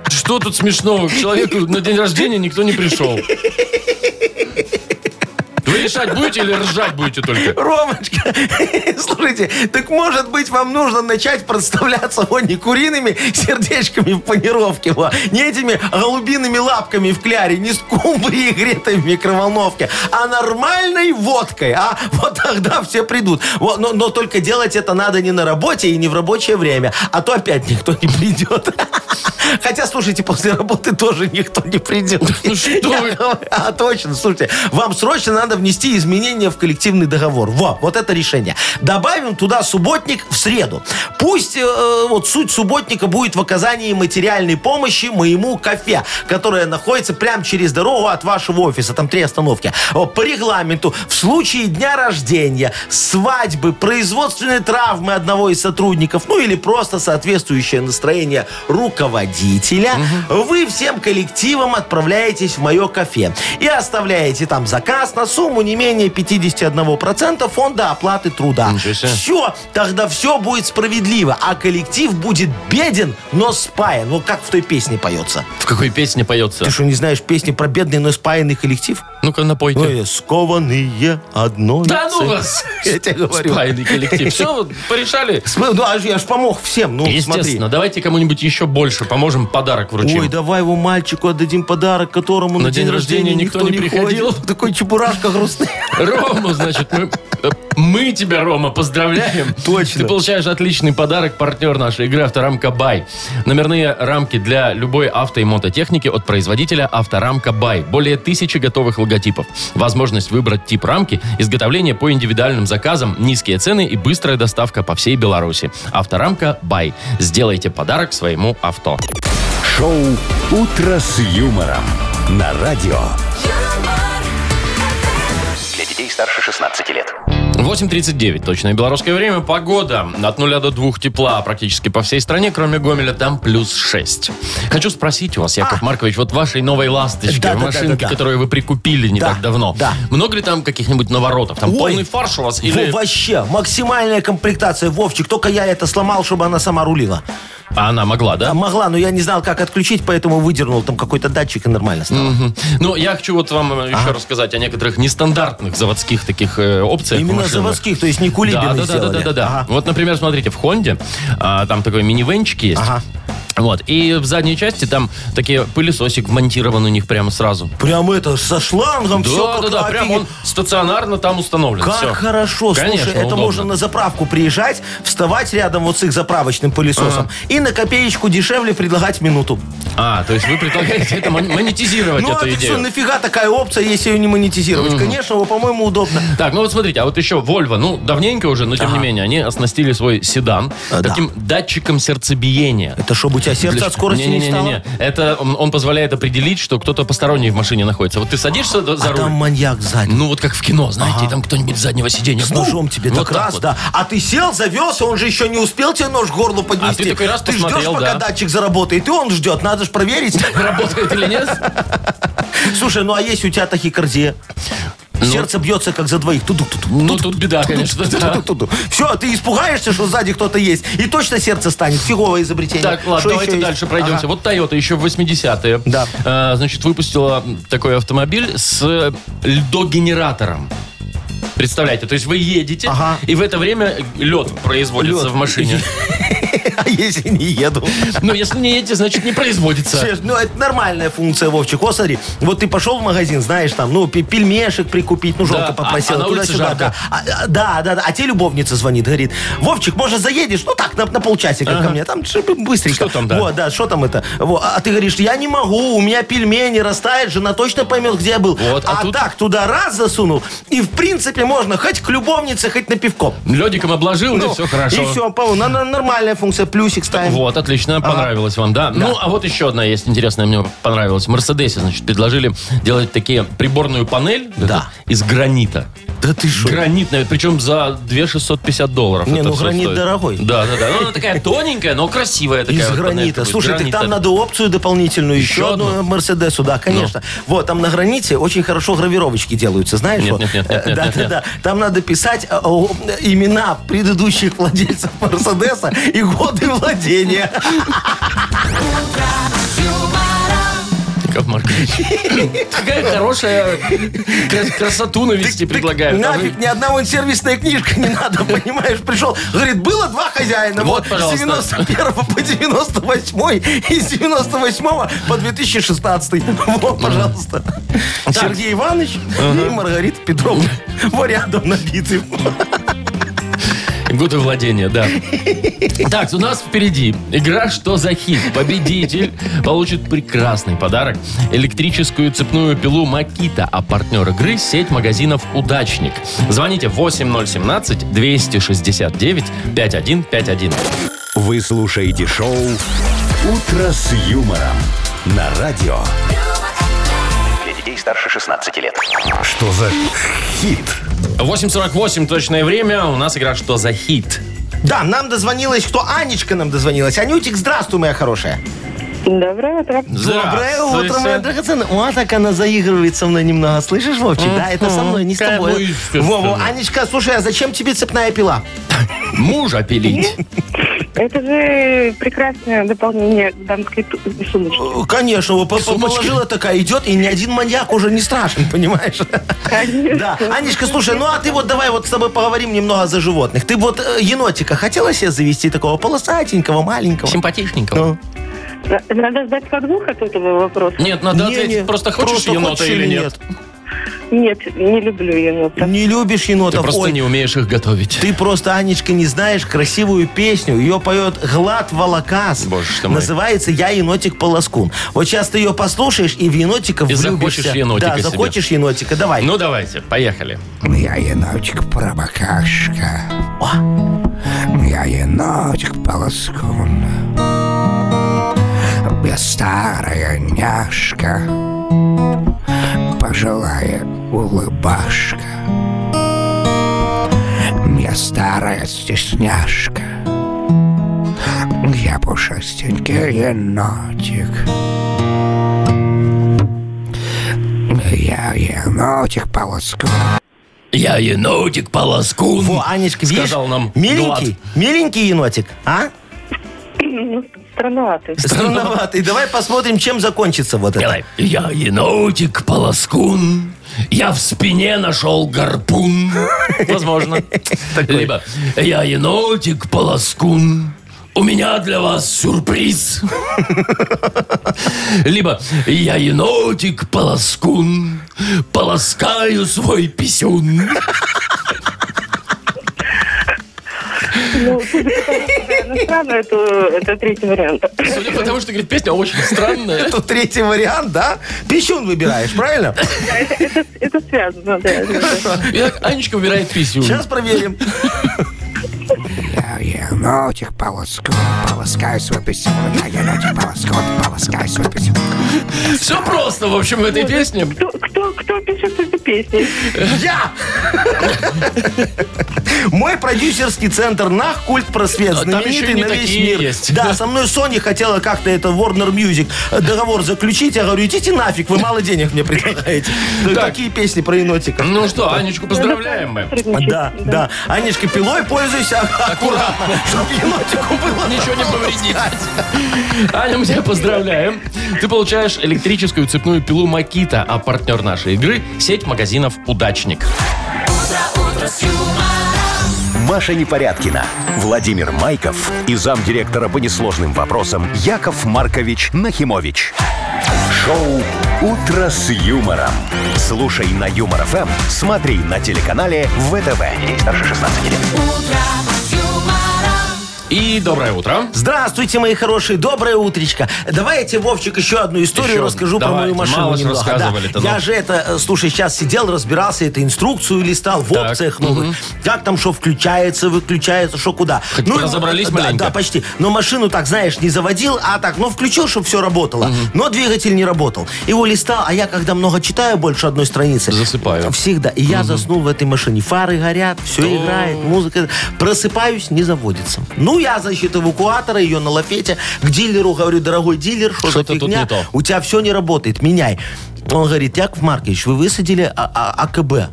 Что тут смешного? К человеку на день рождения никто не пришел. Вы решать будете или ржать будете только? Ромочка, слушайте, так может быть вам нужно начать представляться вон не куриными сердечками в панировке, во, не этими голубиными лапками в кляре, не скумбрией гретой в микроволновке, а нормальной водкой, а вот тогда все придут. Во, но, но только делать это надо не на работе и не в рабочее время, а то опять никто не придет. Хотя, слушайте, после работы тоже никто не придет. Ну что Я вы. говорю, А точно, слушайте, вам срочно надо внести изменения в коллективный договор. Во, вот это решение. Добавим туда субботник в среду. Пусть э, вот суть субботника будет в оказании материальной помощи моему кафе, которое находится прямо через дорогу от вашего офиса, там три остановки. О, По регламенту, в случае дня рождения, свадьбы, производственной травмы одного из сотрудников, ну или просто соответствующее настроение руководителя, вы всем коллективом отправляетесь в мое кафе и оставляете там заказ на сумму не менее 51% фонда оплаты труда. Ничего себе. Все, тогда все будет справедливо, а коллектив будет беден, но спаян. Ну, как в той песне поется. В какой песне поется? Ты что, не знаешь песни про бедный, но спаянный коллектив? Ну-ка, напойте. Ой, скованные одной Да ну цепью. вас! Я тебе говорю. Спайный коллектив. Все, порешали? Сп- Ну, а ж- я ж помог всем, ну, смотри. Естественно, давайте кому-нибудь еще больше поможем, подарок вручим. Ой, давай его мальчику отдадим подарок, которому на, На день рождения никто не приходил. ходит. Такой чебурашка грустный. Рома, значит, мы, э, мы тебя, Рома, поздравляем. Точно. Ты получаешь отличный подарок, партнер нашей игры «Авторамка Бай». Номерные рамки для любой авто и мототехники от производителя «Авторамка Бай». Более тысячи готовых логотипов. Возможность выбрать тип рамки, изготовление по индивидуальным заказам, низкие цены и быстрая доставка по всей Беларуси. «Авторамка Бай». Сделайте подарок своему авто. Шоу «Утро с юмором» на радио. юмор, Для детей старше 16 лет. 8.39, точное белорусское время. Погода от 0 до 2 тепла практически по всей стране, кроме Гомеля, там плюс 6. Хочу спросить у вас, Яков А. Маркович, вот вашей новой ласточки, Да-да-да-да-да. машинки, которую вы прикупили не Да, так давно, да. много ли там каких-нибудь наворотов? Там Ой. полный фарш у вас или... Во- вообще, максимальная комплектация, Вовчик. Только я это сломал, чтобы она сама рулила. А она могла, да? А могла, но я не знал, как отключить, поэтому выдернул там какой-то датчик и нормально стало. Мгм. Ну, я хочу вот вам э, еще А. рассказать о некоторых нестандартных заводских таких э, опциях. Именно машинных. заводских, то есть не Да, кулибины да, да, да, сделали. да, да, да. Ага. Вот, например, смотрите, в Хонде а, там такой минивенчик есть. Ага. Вот, и в задней части там такие пылесосик вмонтирован у них прямо сразу. Прям это, со шлангом все да, да, да, прям он стационарно там установлен. Как Всё. хорошо, слушай, Конечно, это удобно. можно на заправку приезжать, вставать рядом вот с их заправочным пылесосом и на копеечку дешевле предлагать минуту. А, то есть вы предлагаете это мон- монетизировать ну, а эту ты что, идею. нафига такая опция, если ее не монетизировать? Конечно, его, по-моему, удобно. Так, ну вот смотрите, а вот еще Volvo, ну, давненько уже, но тем не менее, они оснастили свой седан А, да. таким датчиком сердцебиения. Это чтобы у тебя сердце Для- от скорости не, стало? Не-не-не-не. Это он, он позволяет определить, что кто-то посторонний в машине находится. Вот ты садишься за за А руль. там маньяк сзади. Ну, вот как в кино, знаете, и там кто-нибудь с заднего сиденья. С ножом Бум! тебе Вот так раз, вот. А да. А ты сел, завелся, он же еще не успел тебе нож к горлу поднести. ты такой раз посмотрел, ждешь, пока да. датчик заработает, и он ждет. Надо же проверить. Работает или нет? Слушай, ну а если у тебя тахикардия? Сердце бьется, как за двоих. Ну, тут беда, конечно, да. Все, ты испугаешься, что сзади кто-то есть. И точно сердце станет. Фиговое изобретение. Так, ладно, Что давайте еще есть? дальше пройдемся. Ага. Вот Toyota еще в 80-е, Да. э, значит, выпустила такой автомобиль с э, льдогенератором. Представляете, то есть вы едете, Ага. и в это время лед производится Лед. в машине. А если не еду? Но если не едете, значит не производится. Слушай, Ну, это нормальная функция, Вовчик. О, смотри, вот ты пошел в магазин, знаешь, там, ну, пи- пельмешек прикупить, ну, а- жалко а попросил. на улице туда-сюда, жарко. Да. А, а, да, да, да. А тебе любовница звонит, говорит, Вовчик, может, заедешь? Ну, так, на, на полчасика ко мне, там, чтобы быстренько. Что там, да? Вот, да, что там это? Вот. А ты говоришь, я не могу, у меня пельмени растает, жена точно поймет, где я был. Вот, а а тут- так, туда раз засунул, и, в принципе, можно хоть к любовнице, хоть на пивко. Ледиком обложил, и Ну, все хорошо. И все, по-моему, на- на- нормальная функция, плюсик ставим. Вот, отлично, понравилось вам, да? Ну, а вот еще одна есть интересная, мне понравилась. В Мерседесе, значит, предложили делать такие приборную панель Да. эту, из гранита. Да ты что? Гранитная, причем за 2650 долларов. Не, это ну, всё гранит стоит. дорогой. Да, да, да. Ну, она такая тоненькая, но красивая такая. Из вот панель гранита. такой, Слушай, так гранита. там надо опцию дополнительную, еще, Еще одну? Ну. одну Мерседесу, да, конечно. Вот, там на граните очень хорошо гравировочки делаются, знаешь? Нет, вот? нет, нет, нет, нет, Э, да, нет, да, нет. да. Там надо писать э, о, имена предыдущих владельцев Мерседеса и годы владения. Яков Маркович. Такая хорошая крас- красоту навести Так предлагают. а вы- Нафиг, ни одна вон сервисная книжка не надо, понимаешь? Пришел, говорит, было два хозяина. Вот, Вот, с пожалуйста. 91 по 98 и с 98 по 2016. Вот, пожалуйста. Сергей Иванович и Маргарита Петровна. Во рядом набиты. Годы владения, да. Так, у нас впереди игра «Что за хит?». Победитель получит прекрасный подарок. Электрическую цепную пилу «Макита», а партнер игры – сеть магазинов «Удачник». Звоните 8017-269-5151. Вы слушаете шоу «Утро с юмором» на радио. Для детей старше 16 лет. Что за хит? 8.48 точное время. У нас игра «Что за хит?». Да, нам дозвонилась, кто? Анечка нам дозвонилась. Анютик, здравствуй, моя хорошая. Доброе утро. Доброе утро, Здравствуйте. моя драгоценная. О, так она заигрывает со мной немного. Слышишь, Вовчик? Да, это со мной, не с Конечно, тобой. ну, естественно. Вова, Анечка, слушай, а зачем тебе цепная пила? Мужа пилить. Это же прекрасное дополнение к дамской ту- сумочке. Конечно, вот по- сумочке. положила такая, идет, и ни один маньяк уже не страшен, понимаешь? Да. Анечка, слушай, ну а ты вот давай вот с тобой поговорим немного за животных. Ты вот э, енотика хотела себе завести такого полосатенького, маленького? Симпатичненького. Ну, На- Надо ждать подвох от этого вопроса. Нет, надо не, не, ответить, просто хочешь енота или нет. Нет, не люблю енота. Не любишь Ты енотов? просто Ой, не умеешь их готовить. Ты просто, Анечка, не знаешь красивую песню. Ее поет Глад Волокас. Боже ж ты мой. Называется «Я енотик Полоскун». Вот сейчас ты ее послушаешь и в енотика И влюбишься. захочешь енотика Да, себе. захочешь енотика. Давай. Ну давайте, поехали. Я еночек пробакашка. О, Я еночек полоскун. Я старая няшка, пожилая улыбашка. Я старая стесняшка. Я пушистенький енотик. Я енотик полоскун. Я енотик полоскун. во, Анечка, видишь? Сказал нам Миленький, миленький енотик, а? Странноватый. Странноватый. Давай посмотрим, чем закончится вот это. Давай. Я енотик полоскун. Я в спине нашел гарпун. Возможно. Либо я енотик полоскун. У меня для вас сюрприз. Либо я енотик полоскун. Полоскаю свой писюн. Ну, судя по тому, что она странная, то Ну, это третий вариант. Судя по тому, что, говорит, песня очень странная. Тут третий вариант, да? Пищун выбираешь, правильно? Это, это связано, да. Итак, Анечка выбирает писюн. Сейчас проверим. Я енотик полоскун, полоскаю свой писюн. Я енотик полоскун, полоскаю свой писюн. Все просто, в общем, в этой песне. Кто, кто, кто пишет эту песню? Я! Мой продюсерский центр «Нах Культ А Просвет», там еще знаменитый не на весь такие мир. есть. Да, со мной Sony хотела как-то это Warner Music э, договор заключить. Я говорю, идите нафиг, вы мало денег мне предлагаете. Ну, Так. Такие песни про енотиков. Ну что, Анечку поздравляем мы. Сотрудничать, А, Да, да. Анишка, пилой пользуйся аккуратно, чтобы енотику было. Ничего не повредить. Аня, мы тебя поздравляем. Ты получаешь электрическую цепную пилу Макита, а партнер нашей игры – сеть магазинов «Удачник». Маша Непорядкина, Владимир Майков и замдиректора по несложным вопросам Яков Маркович Нахимович. Шоу «Утро с юмором». Слушай на Юмор ФМ, смотри на телеканале ВТВ. Здесь старше 16 лет. И доброе утро. Здравствуйте, мои хорошие, доброе утречко. Давай я тебе, Вовчик, еще одну историю Еще одну. расскажу про Давайте, мою машину. мало ж немного, да. рассказывали-то, ну. Я же это, э, слушай, сейчас сидел, разбирался, это инструкцию листал в Так, опциях новых. Как там что включается, выключается, что куда. Ну Хоть разобрались да, маленько? Да, почти. Но машину так, знаешь, не заводил, а так, ну включил, чтобы все работало. Но двигатель не работал. Его листал, а я когда много читаю, больше одной страницы. Засыпаю. Всегда. И я заснул в этой машине. Фары горят, все играет, музыка. Просыпаюсь, не заводится. Ну, я, значит, эвакуатора, ее на лафете. К дилеру говорю, дорогой дилер, что за Что-то тут не фигня? то. У тебя все не работает, меняй. Он говорит, Яков Маркович, вы высадили А- А- АКБ.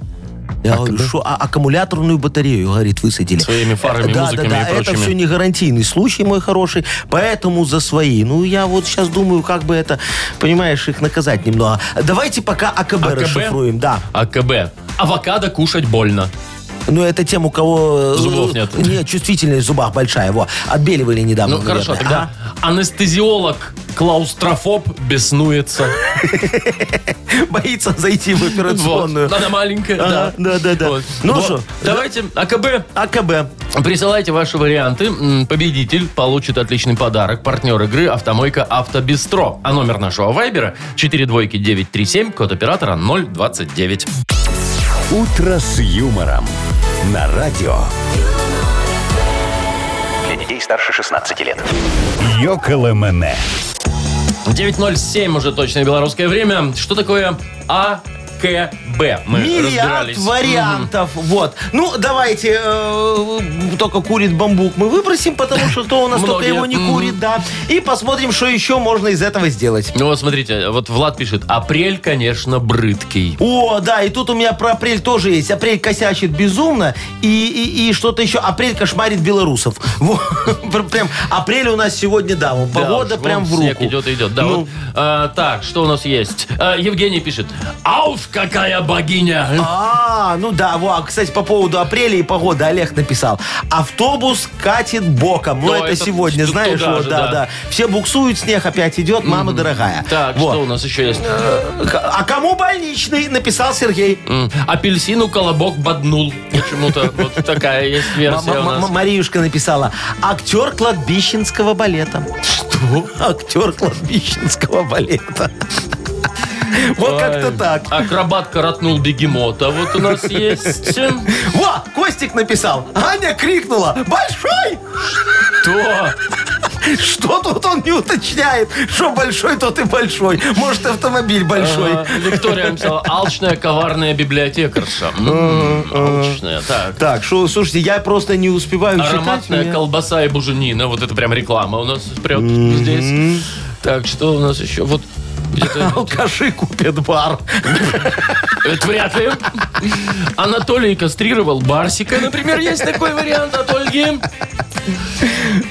Я говорю, что а- аккумуляторную батарею, говорит, высадили. Своими фарами, да, музыками да, да, и это прочими. все не гарантийный случай, мой хороший, поэтому за свои. Ну, я вот сейчас думаю, как бы это, понимаешь, их наказать немного. Давайте пока АКБ, АКБ? расшифруем, да. АКБ. А Авокадо кушать больно. Ну, это тем, у кого... э, Зубов нет. Нет, чувствительность в зубах большая. Во, отбеливали недавно. Ну хорошо, наверное. тогда анестезиолог клаустрофоб беснуется. А? Боится зайти в Вот. операционную. Она маленькая, Ага, да. да, да, да. Вот. А Ну Вот. что? Давайте АКБ. АКБ. Присылайте ваши варианты. М, Победитель получит отличный подарок. Партнер игры «Автомойка Автобестро». А номер нашего вайбера 42937, код оператора 029. «Утро с юмором» на радио. Для детей старше 16 лет. Йоколэмэне. 9.07 уже точное белорусское время. Что такое АКБ? Мы Миллиард разбирались. вариантов. Вот. Ну, давайте э, только курит бамбук мы выбросим, потому что кто у нас только Многие. его не Мгм. курит, да. И посмотрим, что еще можно из этого сделать. Ну вот смотрите, вот Влад пишет, апрель, конечно, брыдкий. О, да, и тут у меня про апрель тоже есть. Апрель косячит безумно, и, и, и что-то еще. Апрель кошмарит белорусов. Вот. Пр- Прям апрель у нас сегодня, да, вон, погода Да уж, вон прям в снег руку. идет и идет. Да, Ну. вот. А, так, что у нас есть? А, Евгений пишет, ауф, какая богиня! А, ну да, во, а, кстати, по поводу апреля и погоды Олег написал. Автобус катит боком. Ну, Да, это, это сегодня, т- знаешь, туда вот, же, да, да. да, Все буксуют, снег опять идет, мама дорогая. Так, Вот. что у нас еще есть? К- А кому больничный? Написал Сергей. М, Апельсину колобок боднул. Почему-то вот такая есть версия у М- м- нас. м- Мариюшка написала. Актер кладбищенского балета. Что? Актер кладбищенского балета. Вот как-то Ой. так. Акробат коротнул бегемота. Вот у нас есть. Во, Костик написал. Аня крикнула. Большой! То. Что тут он не уточняет? Что большой, тот и большой. Может, автомобиль большой. Ага. Виктория написала, алчная коварная библиотекарша. М, Алчная, так. Так, шо, слушайте, я просто не успеваю читать. у Ароматная меня- колбаса и буженина. Вот это прям реклама у нас прям здесь. Так, что у нас еще? Вот где-то... Алкаши купят бар. Это вряд ли. Анатолий кастрировал Барсика, например, есть такой вариант от Ольги.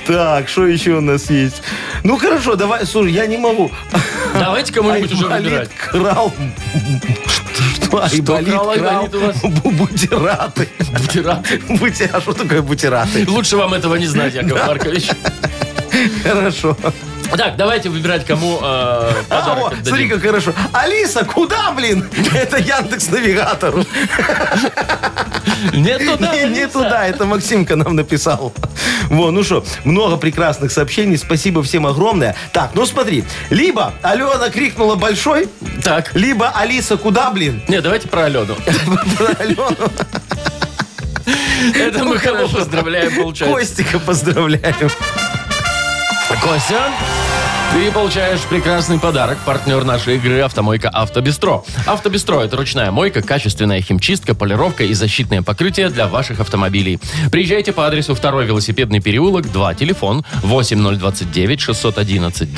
Так, что еще у нас есть? Ну хорошо, давай, слушай, я не могу. Давайте кому-нибудь уже Айболит выбирать. крал. Что, что, Айболит крал Айболит у вас? бу- Бутераты. Бутераты. Бути- А что такое бутераты? Лучше вам этого не знать, Яков Маркович. Хорошо. Так, давайте выбирать, кому э, А, подарок вот, отдадим. смотри, как хорошо. Алиса, куда, блин? Это Яндекс Навигатор. Не туда, Не, не Алиса. туда, это Максимка нам написал. Во, ну что, много прекрасных сообщений, спасибо всем огромное. Так, ну смотри, либо Алена крикнула большой, Так. либо Алиса куда, блин? Не, давайте про Алену. Про Алену Это мы кого поздравляем, получается. Костика поздравляем. Костя, ты получаешь прекрасный подарок. Партнер нашей игры «Автомойка Автобестро». «Автобестро» — это ручная мойка, качественная химчистка, полировка и защитное покрытие для ваших автомобилей. Приезжайте по адресу 2 велосипедный переулок, 2, телефон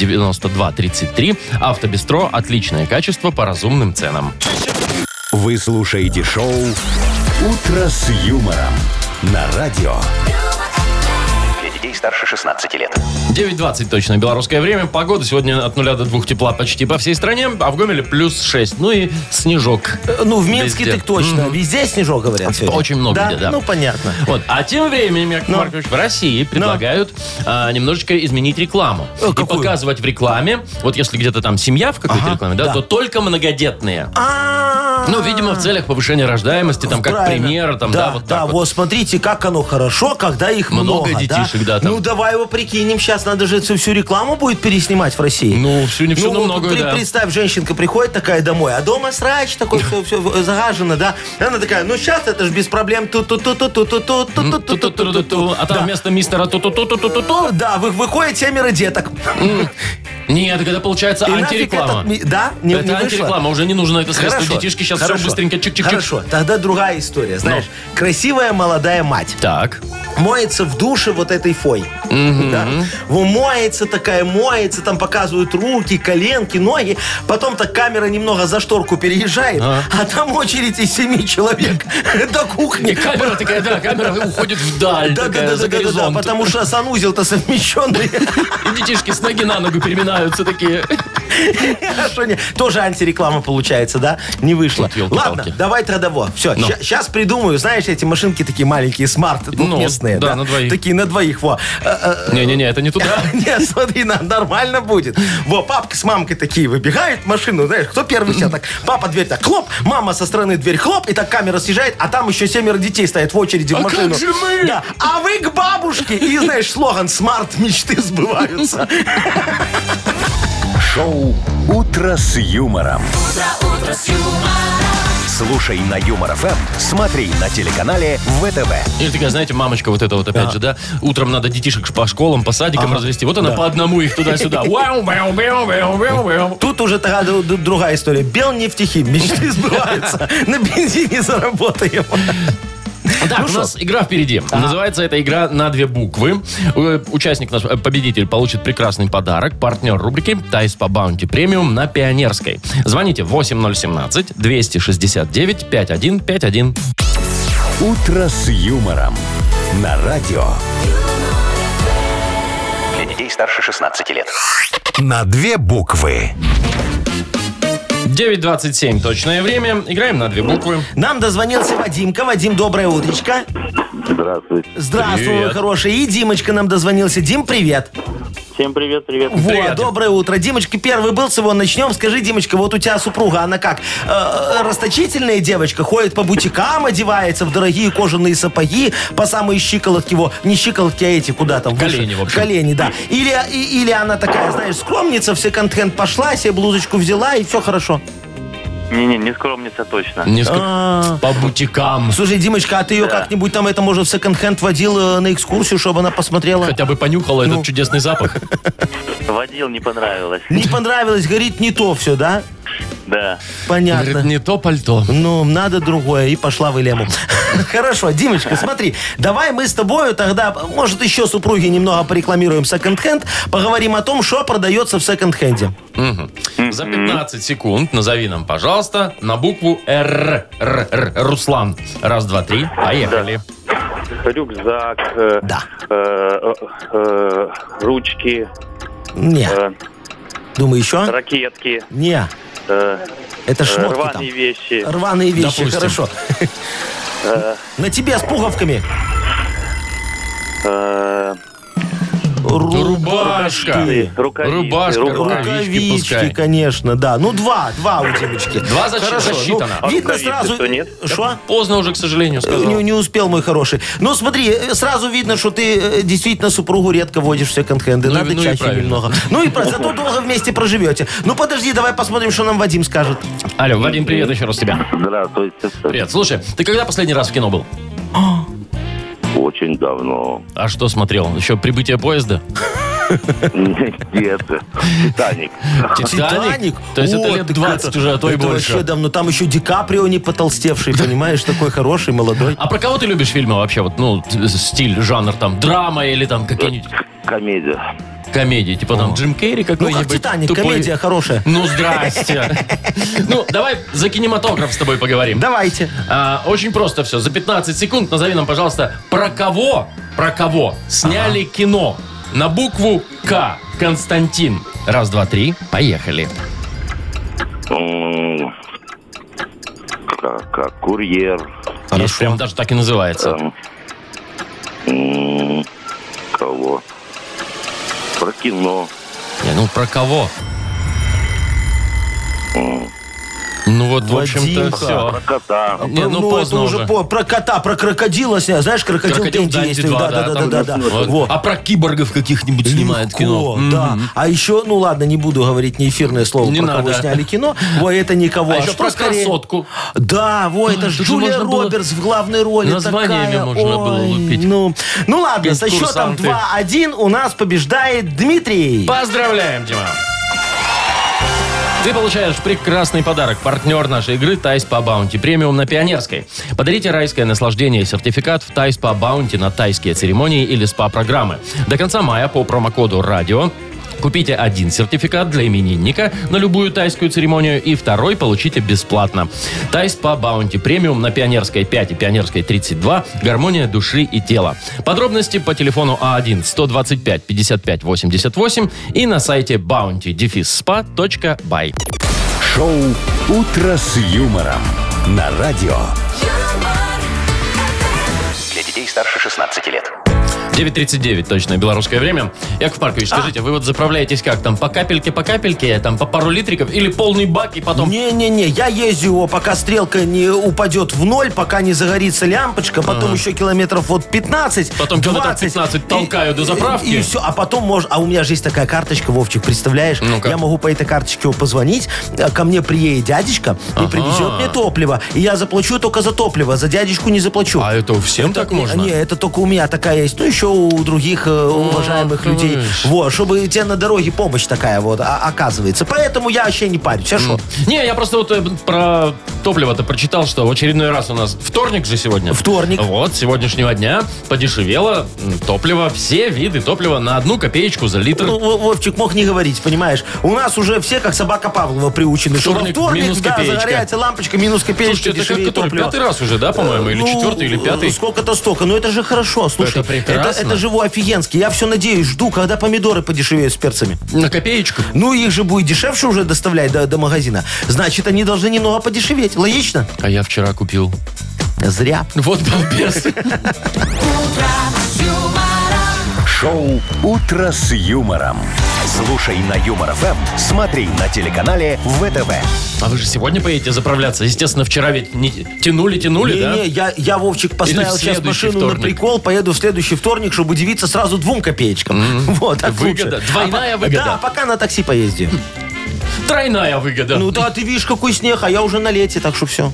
8029-611-92-33. «Автобестро» — отличное качество по разумным ценам. Вы слушаете шоу «Утро с юмором» на радио. Для детей старше 16 лет. 9.20 точно белорусское время. Погода сегодня от 0 до 2 тепла почти по всей стране, а в Гомеле плюс 6. Ну и снежок. Э, Ну, в Минске Везде. так точно. Везде снежок, говорят. сегодня. Очень много да? где, да. Ну, понятно. Вот. А тем временем, Яков Ну. Маркович, в России предлагают а, немножечко изменить рекламу. и Э, какую? показывать в рекламе, вот если где-то там семья в какой-то Ага, рекламе, да, да. то только многодетные. А, Ну, видимо, в целях повышения рождаемости, там, как Правильно. пример, там, да, вот так да, вот. вот. смотрите, как оно хорошо, когда их Много много. детишек, да, там. ну, давай его прикинем. Сейчас надо же всю, всю рекламу будет переснимать в России. Ну, всю не всю, но вот многое, при- да. Представь, женщинка приходит такая домой, а дома срач такой, все, все загажено, да. И она такая, ну сейчас это же без проблем. ту ту ту ту ту ту ту ту ту ту ту Ту-ту-ту-ту-ту. А там вместо мистера ту-ту-ту-ту-ту-ту. Да, вы, выходит семеро деток. Нет, это получается И нафиг антиреклама. этот ми- да, не, это не вышло. антиреклама, уже не нужно это средство. Детишки сейчас все хорошо. быстренько чик-чик-чик. Ну. Хорошо, тогда другая история. Знаешь, красивая молодая мать Так. моется в душе вот этой фой. Да? Во, Моется такая, моется, там показывают руки, коленки, ноги. Потом так камера немного за шторку переезжает, А. а, там очередь из семи человек до И кухни. камера такая, да, камера уходит вдаль, Да, да, такая, да, за да, да, да, да, горизонт. потому что санузел-то совмещенный. И детишки с ноги на ногу переминаются такие. Хорошо, не- Тоже антиреклама получается, да? Не вышло. Вот ёлки-палки. Ладно, давай Традово. Все, Ну. сейчас придумаю. Знаешь, эти машинки такие маленькие, смарт, двухместные. да, на двоих. Такие на двоих, во. Э, э, Не-не-не, это не туда. Нет, смотри, на- нормально будет. Во, папка с мамкой такие выбегают в машину, знаешь, кто первый сел так? Папа дверь так хлоп, мама со стороны дверь хлоп, и так камера съезжает, а там еще семеро детей стоят в очереди в машину. А как же мы? Да. А вы к бабушке! И знаешь, слоган «Смарт мечты сбываются». Шоу «Утро с юмором». Слушай на Юмор ФМ, смотри на телеканале ВТВ. Или такая, знаете, мамочка вот эта вот, опять же, да, утром надо детишек по школам, по садикам развести. Вот она по одному их туда-сюда. Вау, вау, вау, вау, вау, вау. Тут уже такая ду- ду- другая история. Бел нефтехи, мечты сбываются. На бензине заработаем. Так, у шо? нас игра впереди. Называется эта игра на две буквы. Э, Участник наш, э, победитель, получит прекрасный подарок. Партнер рубрики «Тайс по баунти премиум» на Пионерской. Звоните 8017-269-5151. «Утро с юмором» на радио. Для детей старше 16 лет. На две буквы. 9.27 точное время. Играем на две буквы. Нам дозвонился Вадимка. Вадим, доброе утречко. Здравствуйте. Здравствуй, мой Привет. хороший. И Димочка нам дозвонился. Дим, привет. Всем привет, привет. Во, Привет. доброе утро. Димочка, первый был, с его начнем. Скажи, Димочка, вот у тебя супруга, она как? э, расточительная девочка, ходит по бутикам, одевается в дорогие кожаные сапоги, по самые щиколотки, его, не щиколотки, а эти куда там? выше? Колени, в общем. Колени, да. Или, и- или она такая, знаешь, скромница, все контент пошла, себе блузочку взяла, и все хорошо. Не-не, не скромница точно. Несколько... А, По бутикам. Слушай, Димочка, а ты ее Да. как-нибудь там, это, может, в секонд-хенд водил э, на экскурсию, чтобы она посмотрела? Хотя бы понюхала этот чудесный запах. Водил, не понравилось. Не понравилось, говорит, не то все, да? Да. Понятно. Говорит, не то пальто. Ну, надо другое. И пошла в Элему. Хорошо, Димочка, смотри, давай мы с тобою тогда, может, еще супруги немного порекламируем секонд-хенд, поговорим о том, что продается в секонд-хенде. За 15 секунд назови нам, пожалуйста, на букву Р. Р, Р. Руслан. Раз, два, три. Поехали. Рюкзак, э, Да. э, э, э, ручки, Не, э, думаю, еще? ракетки, Не, э, это э, шмотки рваные там. вещи. Рваные вещи, Допустим. хорошо. На тебе с пуговками. э, Рубашка. Рубашки. рукавицы, Рубашка, рубашки. рукавицы. Рукавички пускай. Ну, Рукавички, конечно, да. Ну, два, два у Димочки. Два защи- Хорошо, ну, засчитано. А Видно рукавицы сразу... что, нет? Что? Поздно уже, к сожалению, сказал. Не, не успел, мой хороший. Ну, смотри, э, сразу видно, что ты э, действительно супругу редко водишь в секонд-хенды. Ну и- Надо ну и чаще правильно. немного. Ну и про- зато долго вместе проживете. Ну, подожди, давай посмотрим, что нам Вадим скажет. Алло, Вадим, привет еще раз тебя. Здравствуйте. Привет. Слушай, ты когда последний раз в кино был? Очень давно. А что смотрел? Еще прибытие поезда? Нет, Титаник. То есть это А, О, лет ты 20 круто. уже, а то и Это вообще больше. давно. Там еще Ди Каприо не потолстевший, понимаешь? Такой хороший, молодой. А про кого ты любишь фильмы вообще? Вот, ну, т- стиль, жанр, там, драма или там какие-нибудь Комедия. комедии? Типа там Джим Керри Ну, какой-нибудь? как Титаник, тупой. комедия хорошая. Ну, здрасте. Ну, давай за кинематограф с тобой поговорим. Давайте. А, очень просто все. За 15 секунд назови нам, пожалуйста, про кого, про кого сняли кино на букву К. Константин. Раз, два, три. Поехали. М, Как, как курьер. Есть, прям даже так и называется. Эм, м, Кого? Про кино. Не, ну, про кого? Ну вот, в общем-то, Вадимка. все. Про кота. Не, ну, это поздно уже. уже. по- Про кота, про крокодила снял. Знаешь, крокодил Крокодил Дэнди Данди есть. 2, Да, да, да, да, да. там. Вот. Вот. А про киборгов каких-нибудь снимают Легко, кино. М. да. А еще, ну ладно, не буду говорить не эфирное слово, Не про надо. кого сняли кино. Во, это никого. А еще что про скорее? красотку. Да, во, это ж так же Джулия можно было Робертс в главной роли. названиями такая. можно было Ой, лупить. Ну, ну ладно, со счетом Конкурсанты. 2-1 у нас побеждает Дмитрий. Поздравляем, Дима! Ты получаешь прекрасный подарок. Партнер нашей игры «Тайс по баунти» премиум на Пионерской. Подарите райское наслаждение и сертификат в «Тайс по баунти» на тайские церемонии или спа-программы. До конца мая по промокоду «Радио» Купите один сертификат для именинника на любую тайскую церемонию и второй получите бесплатно. Тайс по баунти премиум на Пионерской 5 и Пионерской 32. Гармония души и тела. Подробности по телефону А А1 125 55 88 и на сайте bounty-spa.by. Шоу «Утро с юмором» на радио. юмор, Для детей старше 16 лет. 9.39 точное белорусское время. Яков Маркович, скажите, вы вот заправляетесь как там? По капельке, по капельке, там по пару литриков или полный бак и потом... Не-не-не, я езжу его, пока стрелка не упадет в ноль, пока не загорится лямпочка, потом еще километров вот 15, Потом километров 15 толкаю до заправки. И, все, а потом может, а у меня же есть такая карточка, Вовчик, представляешь? Ну-ка. Я могу по этой карточке его позвонить, э, ко мне приедет дядечка и привезет мне топливо, и я заплачу только за топливо, за дядечку не заплачу. А это всем так можно? Не, это только у меня такая есть. Ну, еще у других э, уважаемых ты людей. ж. Вот, чтобы тебе на дороге помощь такая вот а- оказывается. Поэтому я вообще не парюсь. А что? Не, я просто вот э, про топливо-то прочитал, что в очередной раз у нас вторник же сегодня. Вторник. Вот, с сегодняшнего дня подешевело м, топливо, все виды топлива на одну копеечку за литр. Ну, Во- Вовчик мог не говорить, понимаешь? У нас уже все, как собака Павлова, приучены. что во Вторник минус да, копеечка. загорается лампочка, минус Слушайте, копеечка, это как дешевле который топливо. пятый раз уже, да, по-моему, или Ну, четвертый, или э, пятый? Сколько-то столько. Но это же хорошо, слушай. прекрасно. Это, это же во, офигенски. Я все надеюсь, жду, когда помидоры подешевеют с перцами. На копеечку. Ну, их же будет дешевше уже доставлять до, до магазина. Значит, они должны немного подешеветь. Логично? А я вчера купил. Зря. Вот балбес. Шоу «Утро с юмором». Слушай на Юмор ФМ, смотри на телеканале ВТВ. А вы же сегодня поедете заправляться? Естественно, вчера ведь не тянули, тянули, Не, да? не, я, я, Вовчик, поставил в сейчас следующий машину вторник. на прикол, поеду в следующий вторник, чтобы удивиться сразу двум копеечкам. Вот, так Выгода, лучше. двойная А по- выгода. Хм. Да, пока на такси поезди. Тройная выгода. Ну да, ты видишь, какой снег, а я уже на лете, так что все.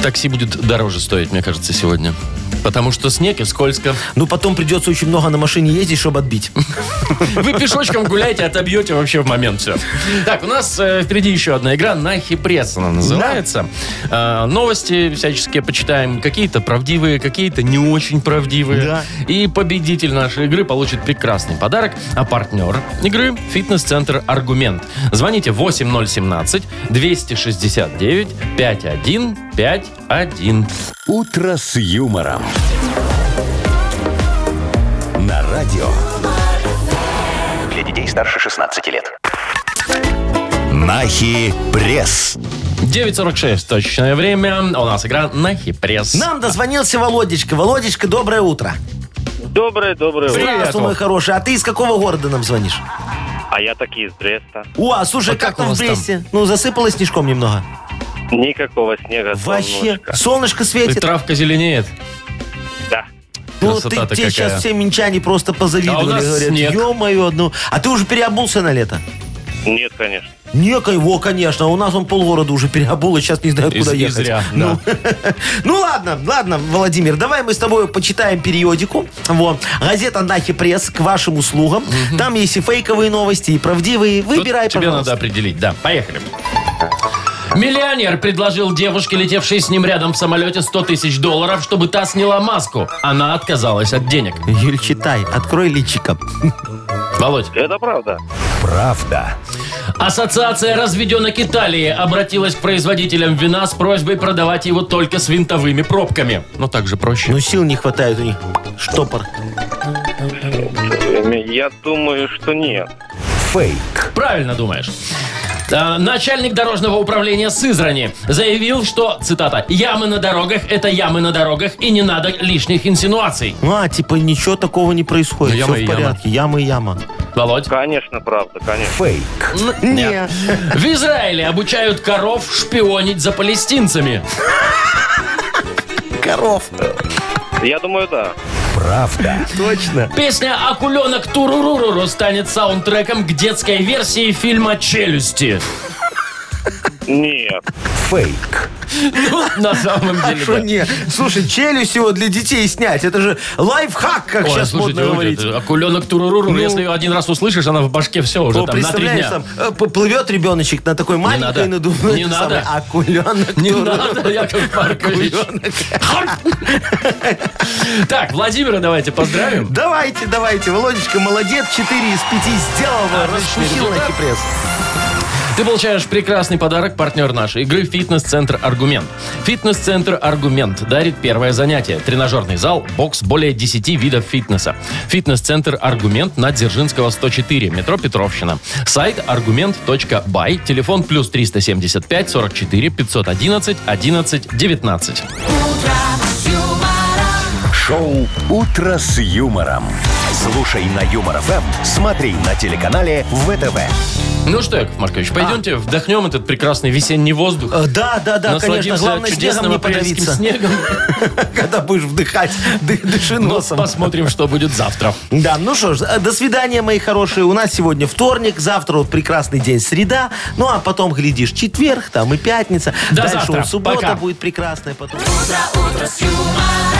Такси будет дороже стоить, мне кажется, сегодня. Потому что снег и скользко. Ну, потом придется очень много на машине ездить, чтобы отбить. Вы пешочком гуляете, отобьете вообще в момент все. Так, у нас э, впереди еще одна игра. Нахи пресс она называется. Э, новости всяческие почитаем. Какие-то правдивые, какие-то не очень правдивые. Да. И победитель нашей игры получит прекрасный подарок. А партнер игры – фитнес-центр «Аргумент». Звоните 8017-269-5151. «Утро с юмором». На радио Для детей старше 16 лет. «Нахи пресс». 9.46 точное время. А У нас игра «Нахи пресс». Нам дозвонился Володечка. Володечка, доброе утро. Доброе, доброе. Привет, Здравствуй, Вов. мой хороший. А ты из какого города нам звонишь? А я такие из Бреста. О, а слушай, А как как у там вас в Бресте? Ну, засыпало снежком немного. Никакого снега. Вообще, солнышко. солнышко И светит. травка зеленеет. Да. Ну, ты, Красота-то какая. тебе сейчас все минчане просто позавидовали. А у нас говорят, снег. ё-моё, ну. А ты уже переобулся на лето? Нет, конечно. Не, его, конечно. У нас он полгорода уже переобул, и сейчас не знают, И- куда и ехать. зря, ну, ну, ладно, ладно, Владимир, давай мы с тобой почитаем периодику. Вот. Газета «Нахи Пресс» к вашим услугам. Там есть и фейковые новости, и правдивые. Тут Выбирай, тебе пожалуйста. надо определить, да. Поехали. Миллионер предложил девушке, летевшей с ним рядом в самолете, 100 тысяч долларов, чтобы та сняла маску. Она отказалась от денег. Юль, читай, открой личико. Володь. Это правда. Правда, Ассоциация разведенок Италии обратилась к производителям вина с просьбой продавать его только с винтовыми пробками. Ну, так же проще. Ну, сил не хватает у них. Штопор. Я думаю, что нет. фейк, Ну, Правильно думаешь. А, Начальник дорожного управления Сызрани заявил, что, цитата, «Ямы на дорогах – это ямы на дорогах, и не надо лишних инсинуаций». Ну, а, типа, ничего такого не происходит. Ну, яма Все и в яма. порядке. Яма и яма. Володь? Конечно, правда, конечно. фейк, Нет. В Израиле обучают коров шпионить за палестинцами. Коров. Я думаю, да. правда, Точно. Песня «Акуленок Туруруруру» станет саундтреком к детской версии фильма «Челюсти». Нет. Фейк. Ну, На самом деле, А Что да. нет? Слушай, челюсть его для детей снять, это же лайфхак, как Ой, сейчас слушайте, модно вот говорить. Ну. это, окуленок туруруру, если ее один раз услышишь, она в башке все уже О, там на три представляешь, дня. там э, п- плывет ребеночек на такой маленькой надо. надувной. Не это самое, надо. Акуленок. Не дура. надо, Яков Маркович. Так, Владимира давайте поздравим. Давайте, давайте, Володечка, молодец, 4 из 5 сделал, раскусил на хипресс. Ты получаешь прекрасный подарок, партнер нашей игры «Фитнес-центр Аргумент». «Фитнес-центр Аргумент» дарит первое занятие. Тренажерный зал, бокс, более 10 видов фитнеса. «Фитнес-центр Аргумент» на Дзержинского, 104, метро Петровщина. Сайт argument.by, телефон плюс 375 44 511 11 19. Шоу «Утро с юмором». Слушай на Юмор ФМ, смотри на телеканале ВТВ. Ну что, Яков Маркович, пойдемте вдохнем этот прекрасный весенний воздух. Э, А. Да, да, да, конечно, Насладимся главное снегом чудесным не апрельским подавиться. снегом. Когда будешь вдыхать, ды- дыши Ну, носом. посмотрим, что будет завтра. Да, ну что ж, э, до свидания, мои хорошие. У нас сегодня вторник, завтра вот прекрасный день, среда. Ну, а потом, глядишь, четверг, там и пятница. До Дальше завтра. вот суббота Пока. будет прекрасная, потом... утро, утро с юмором.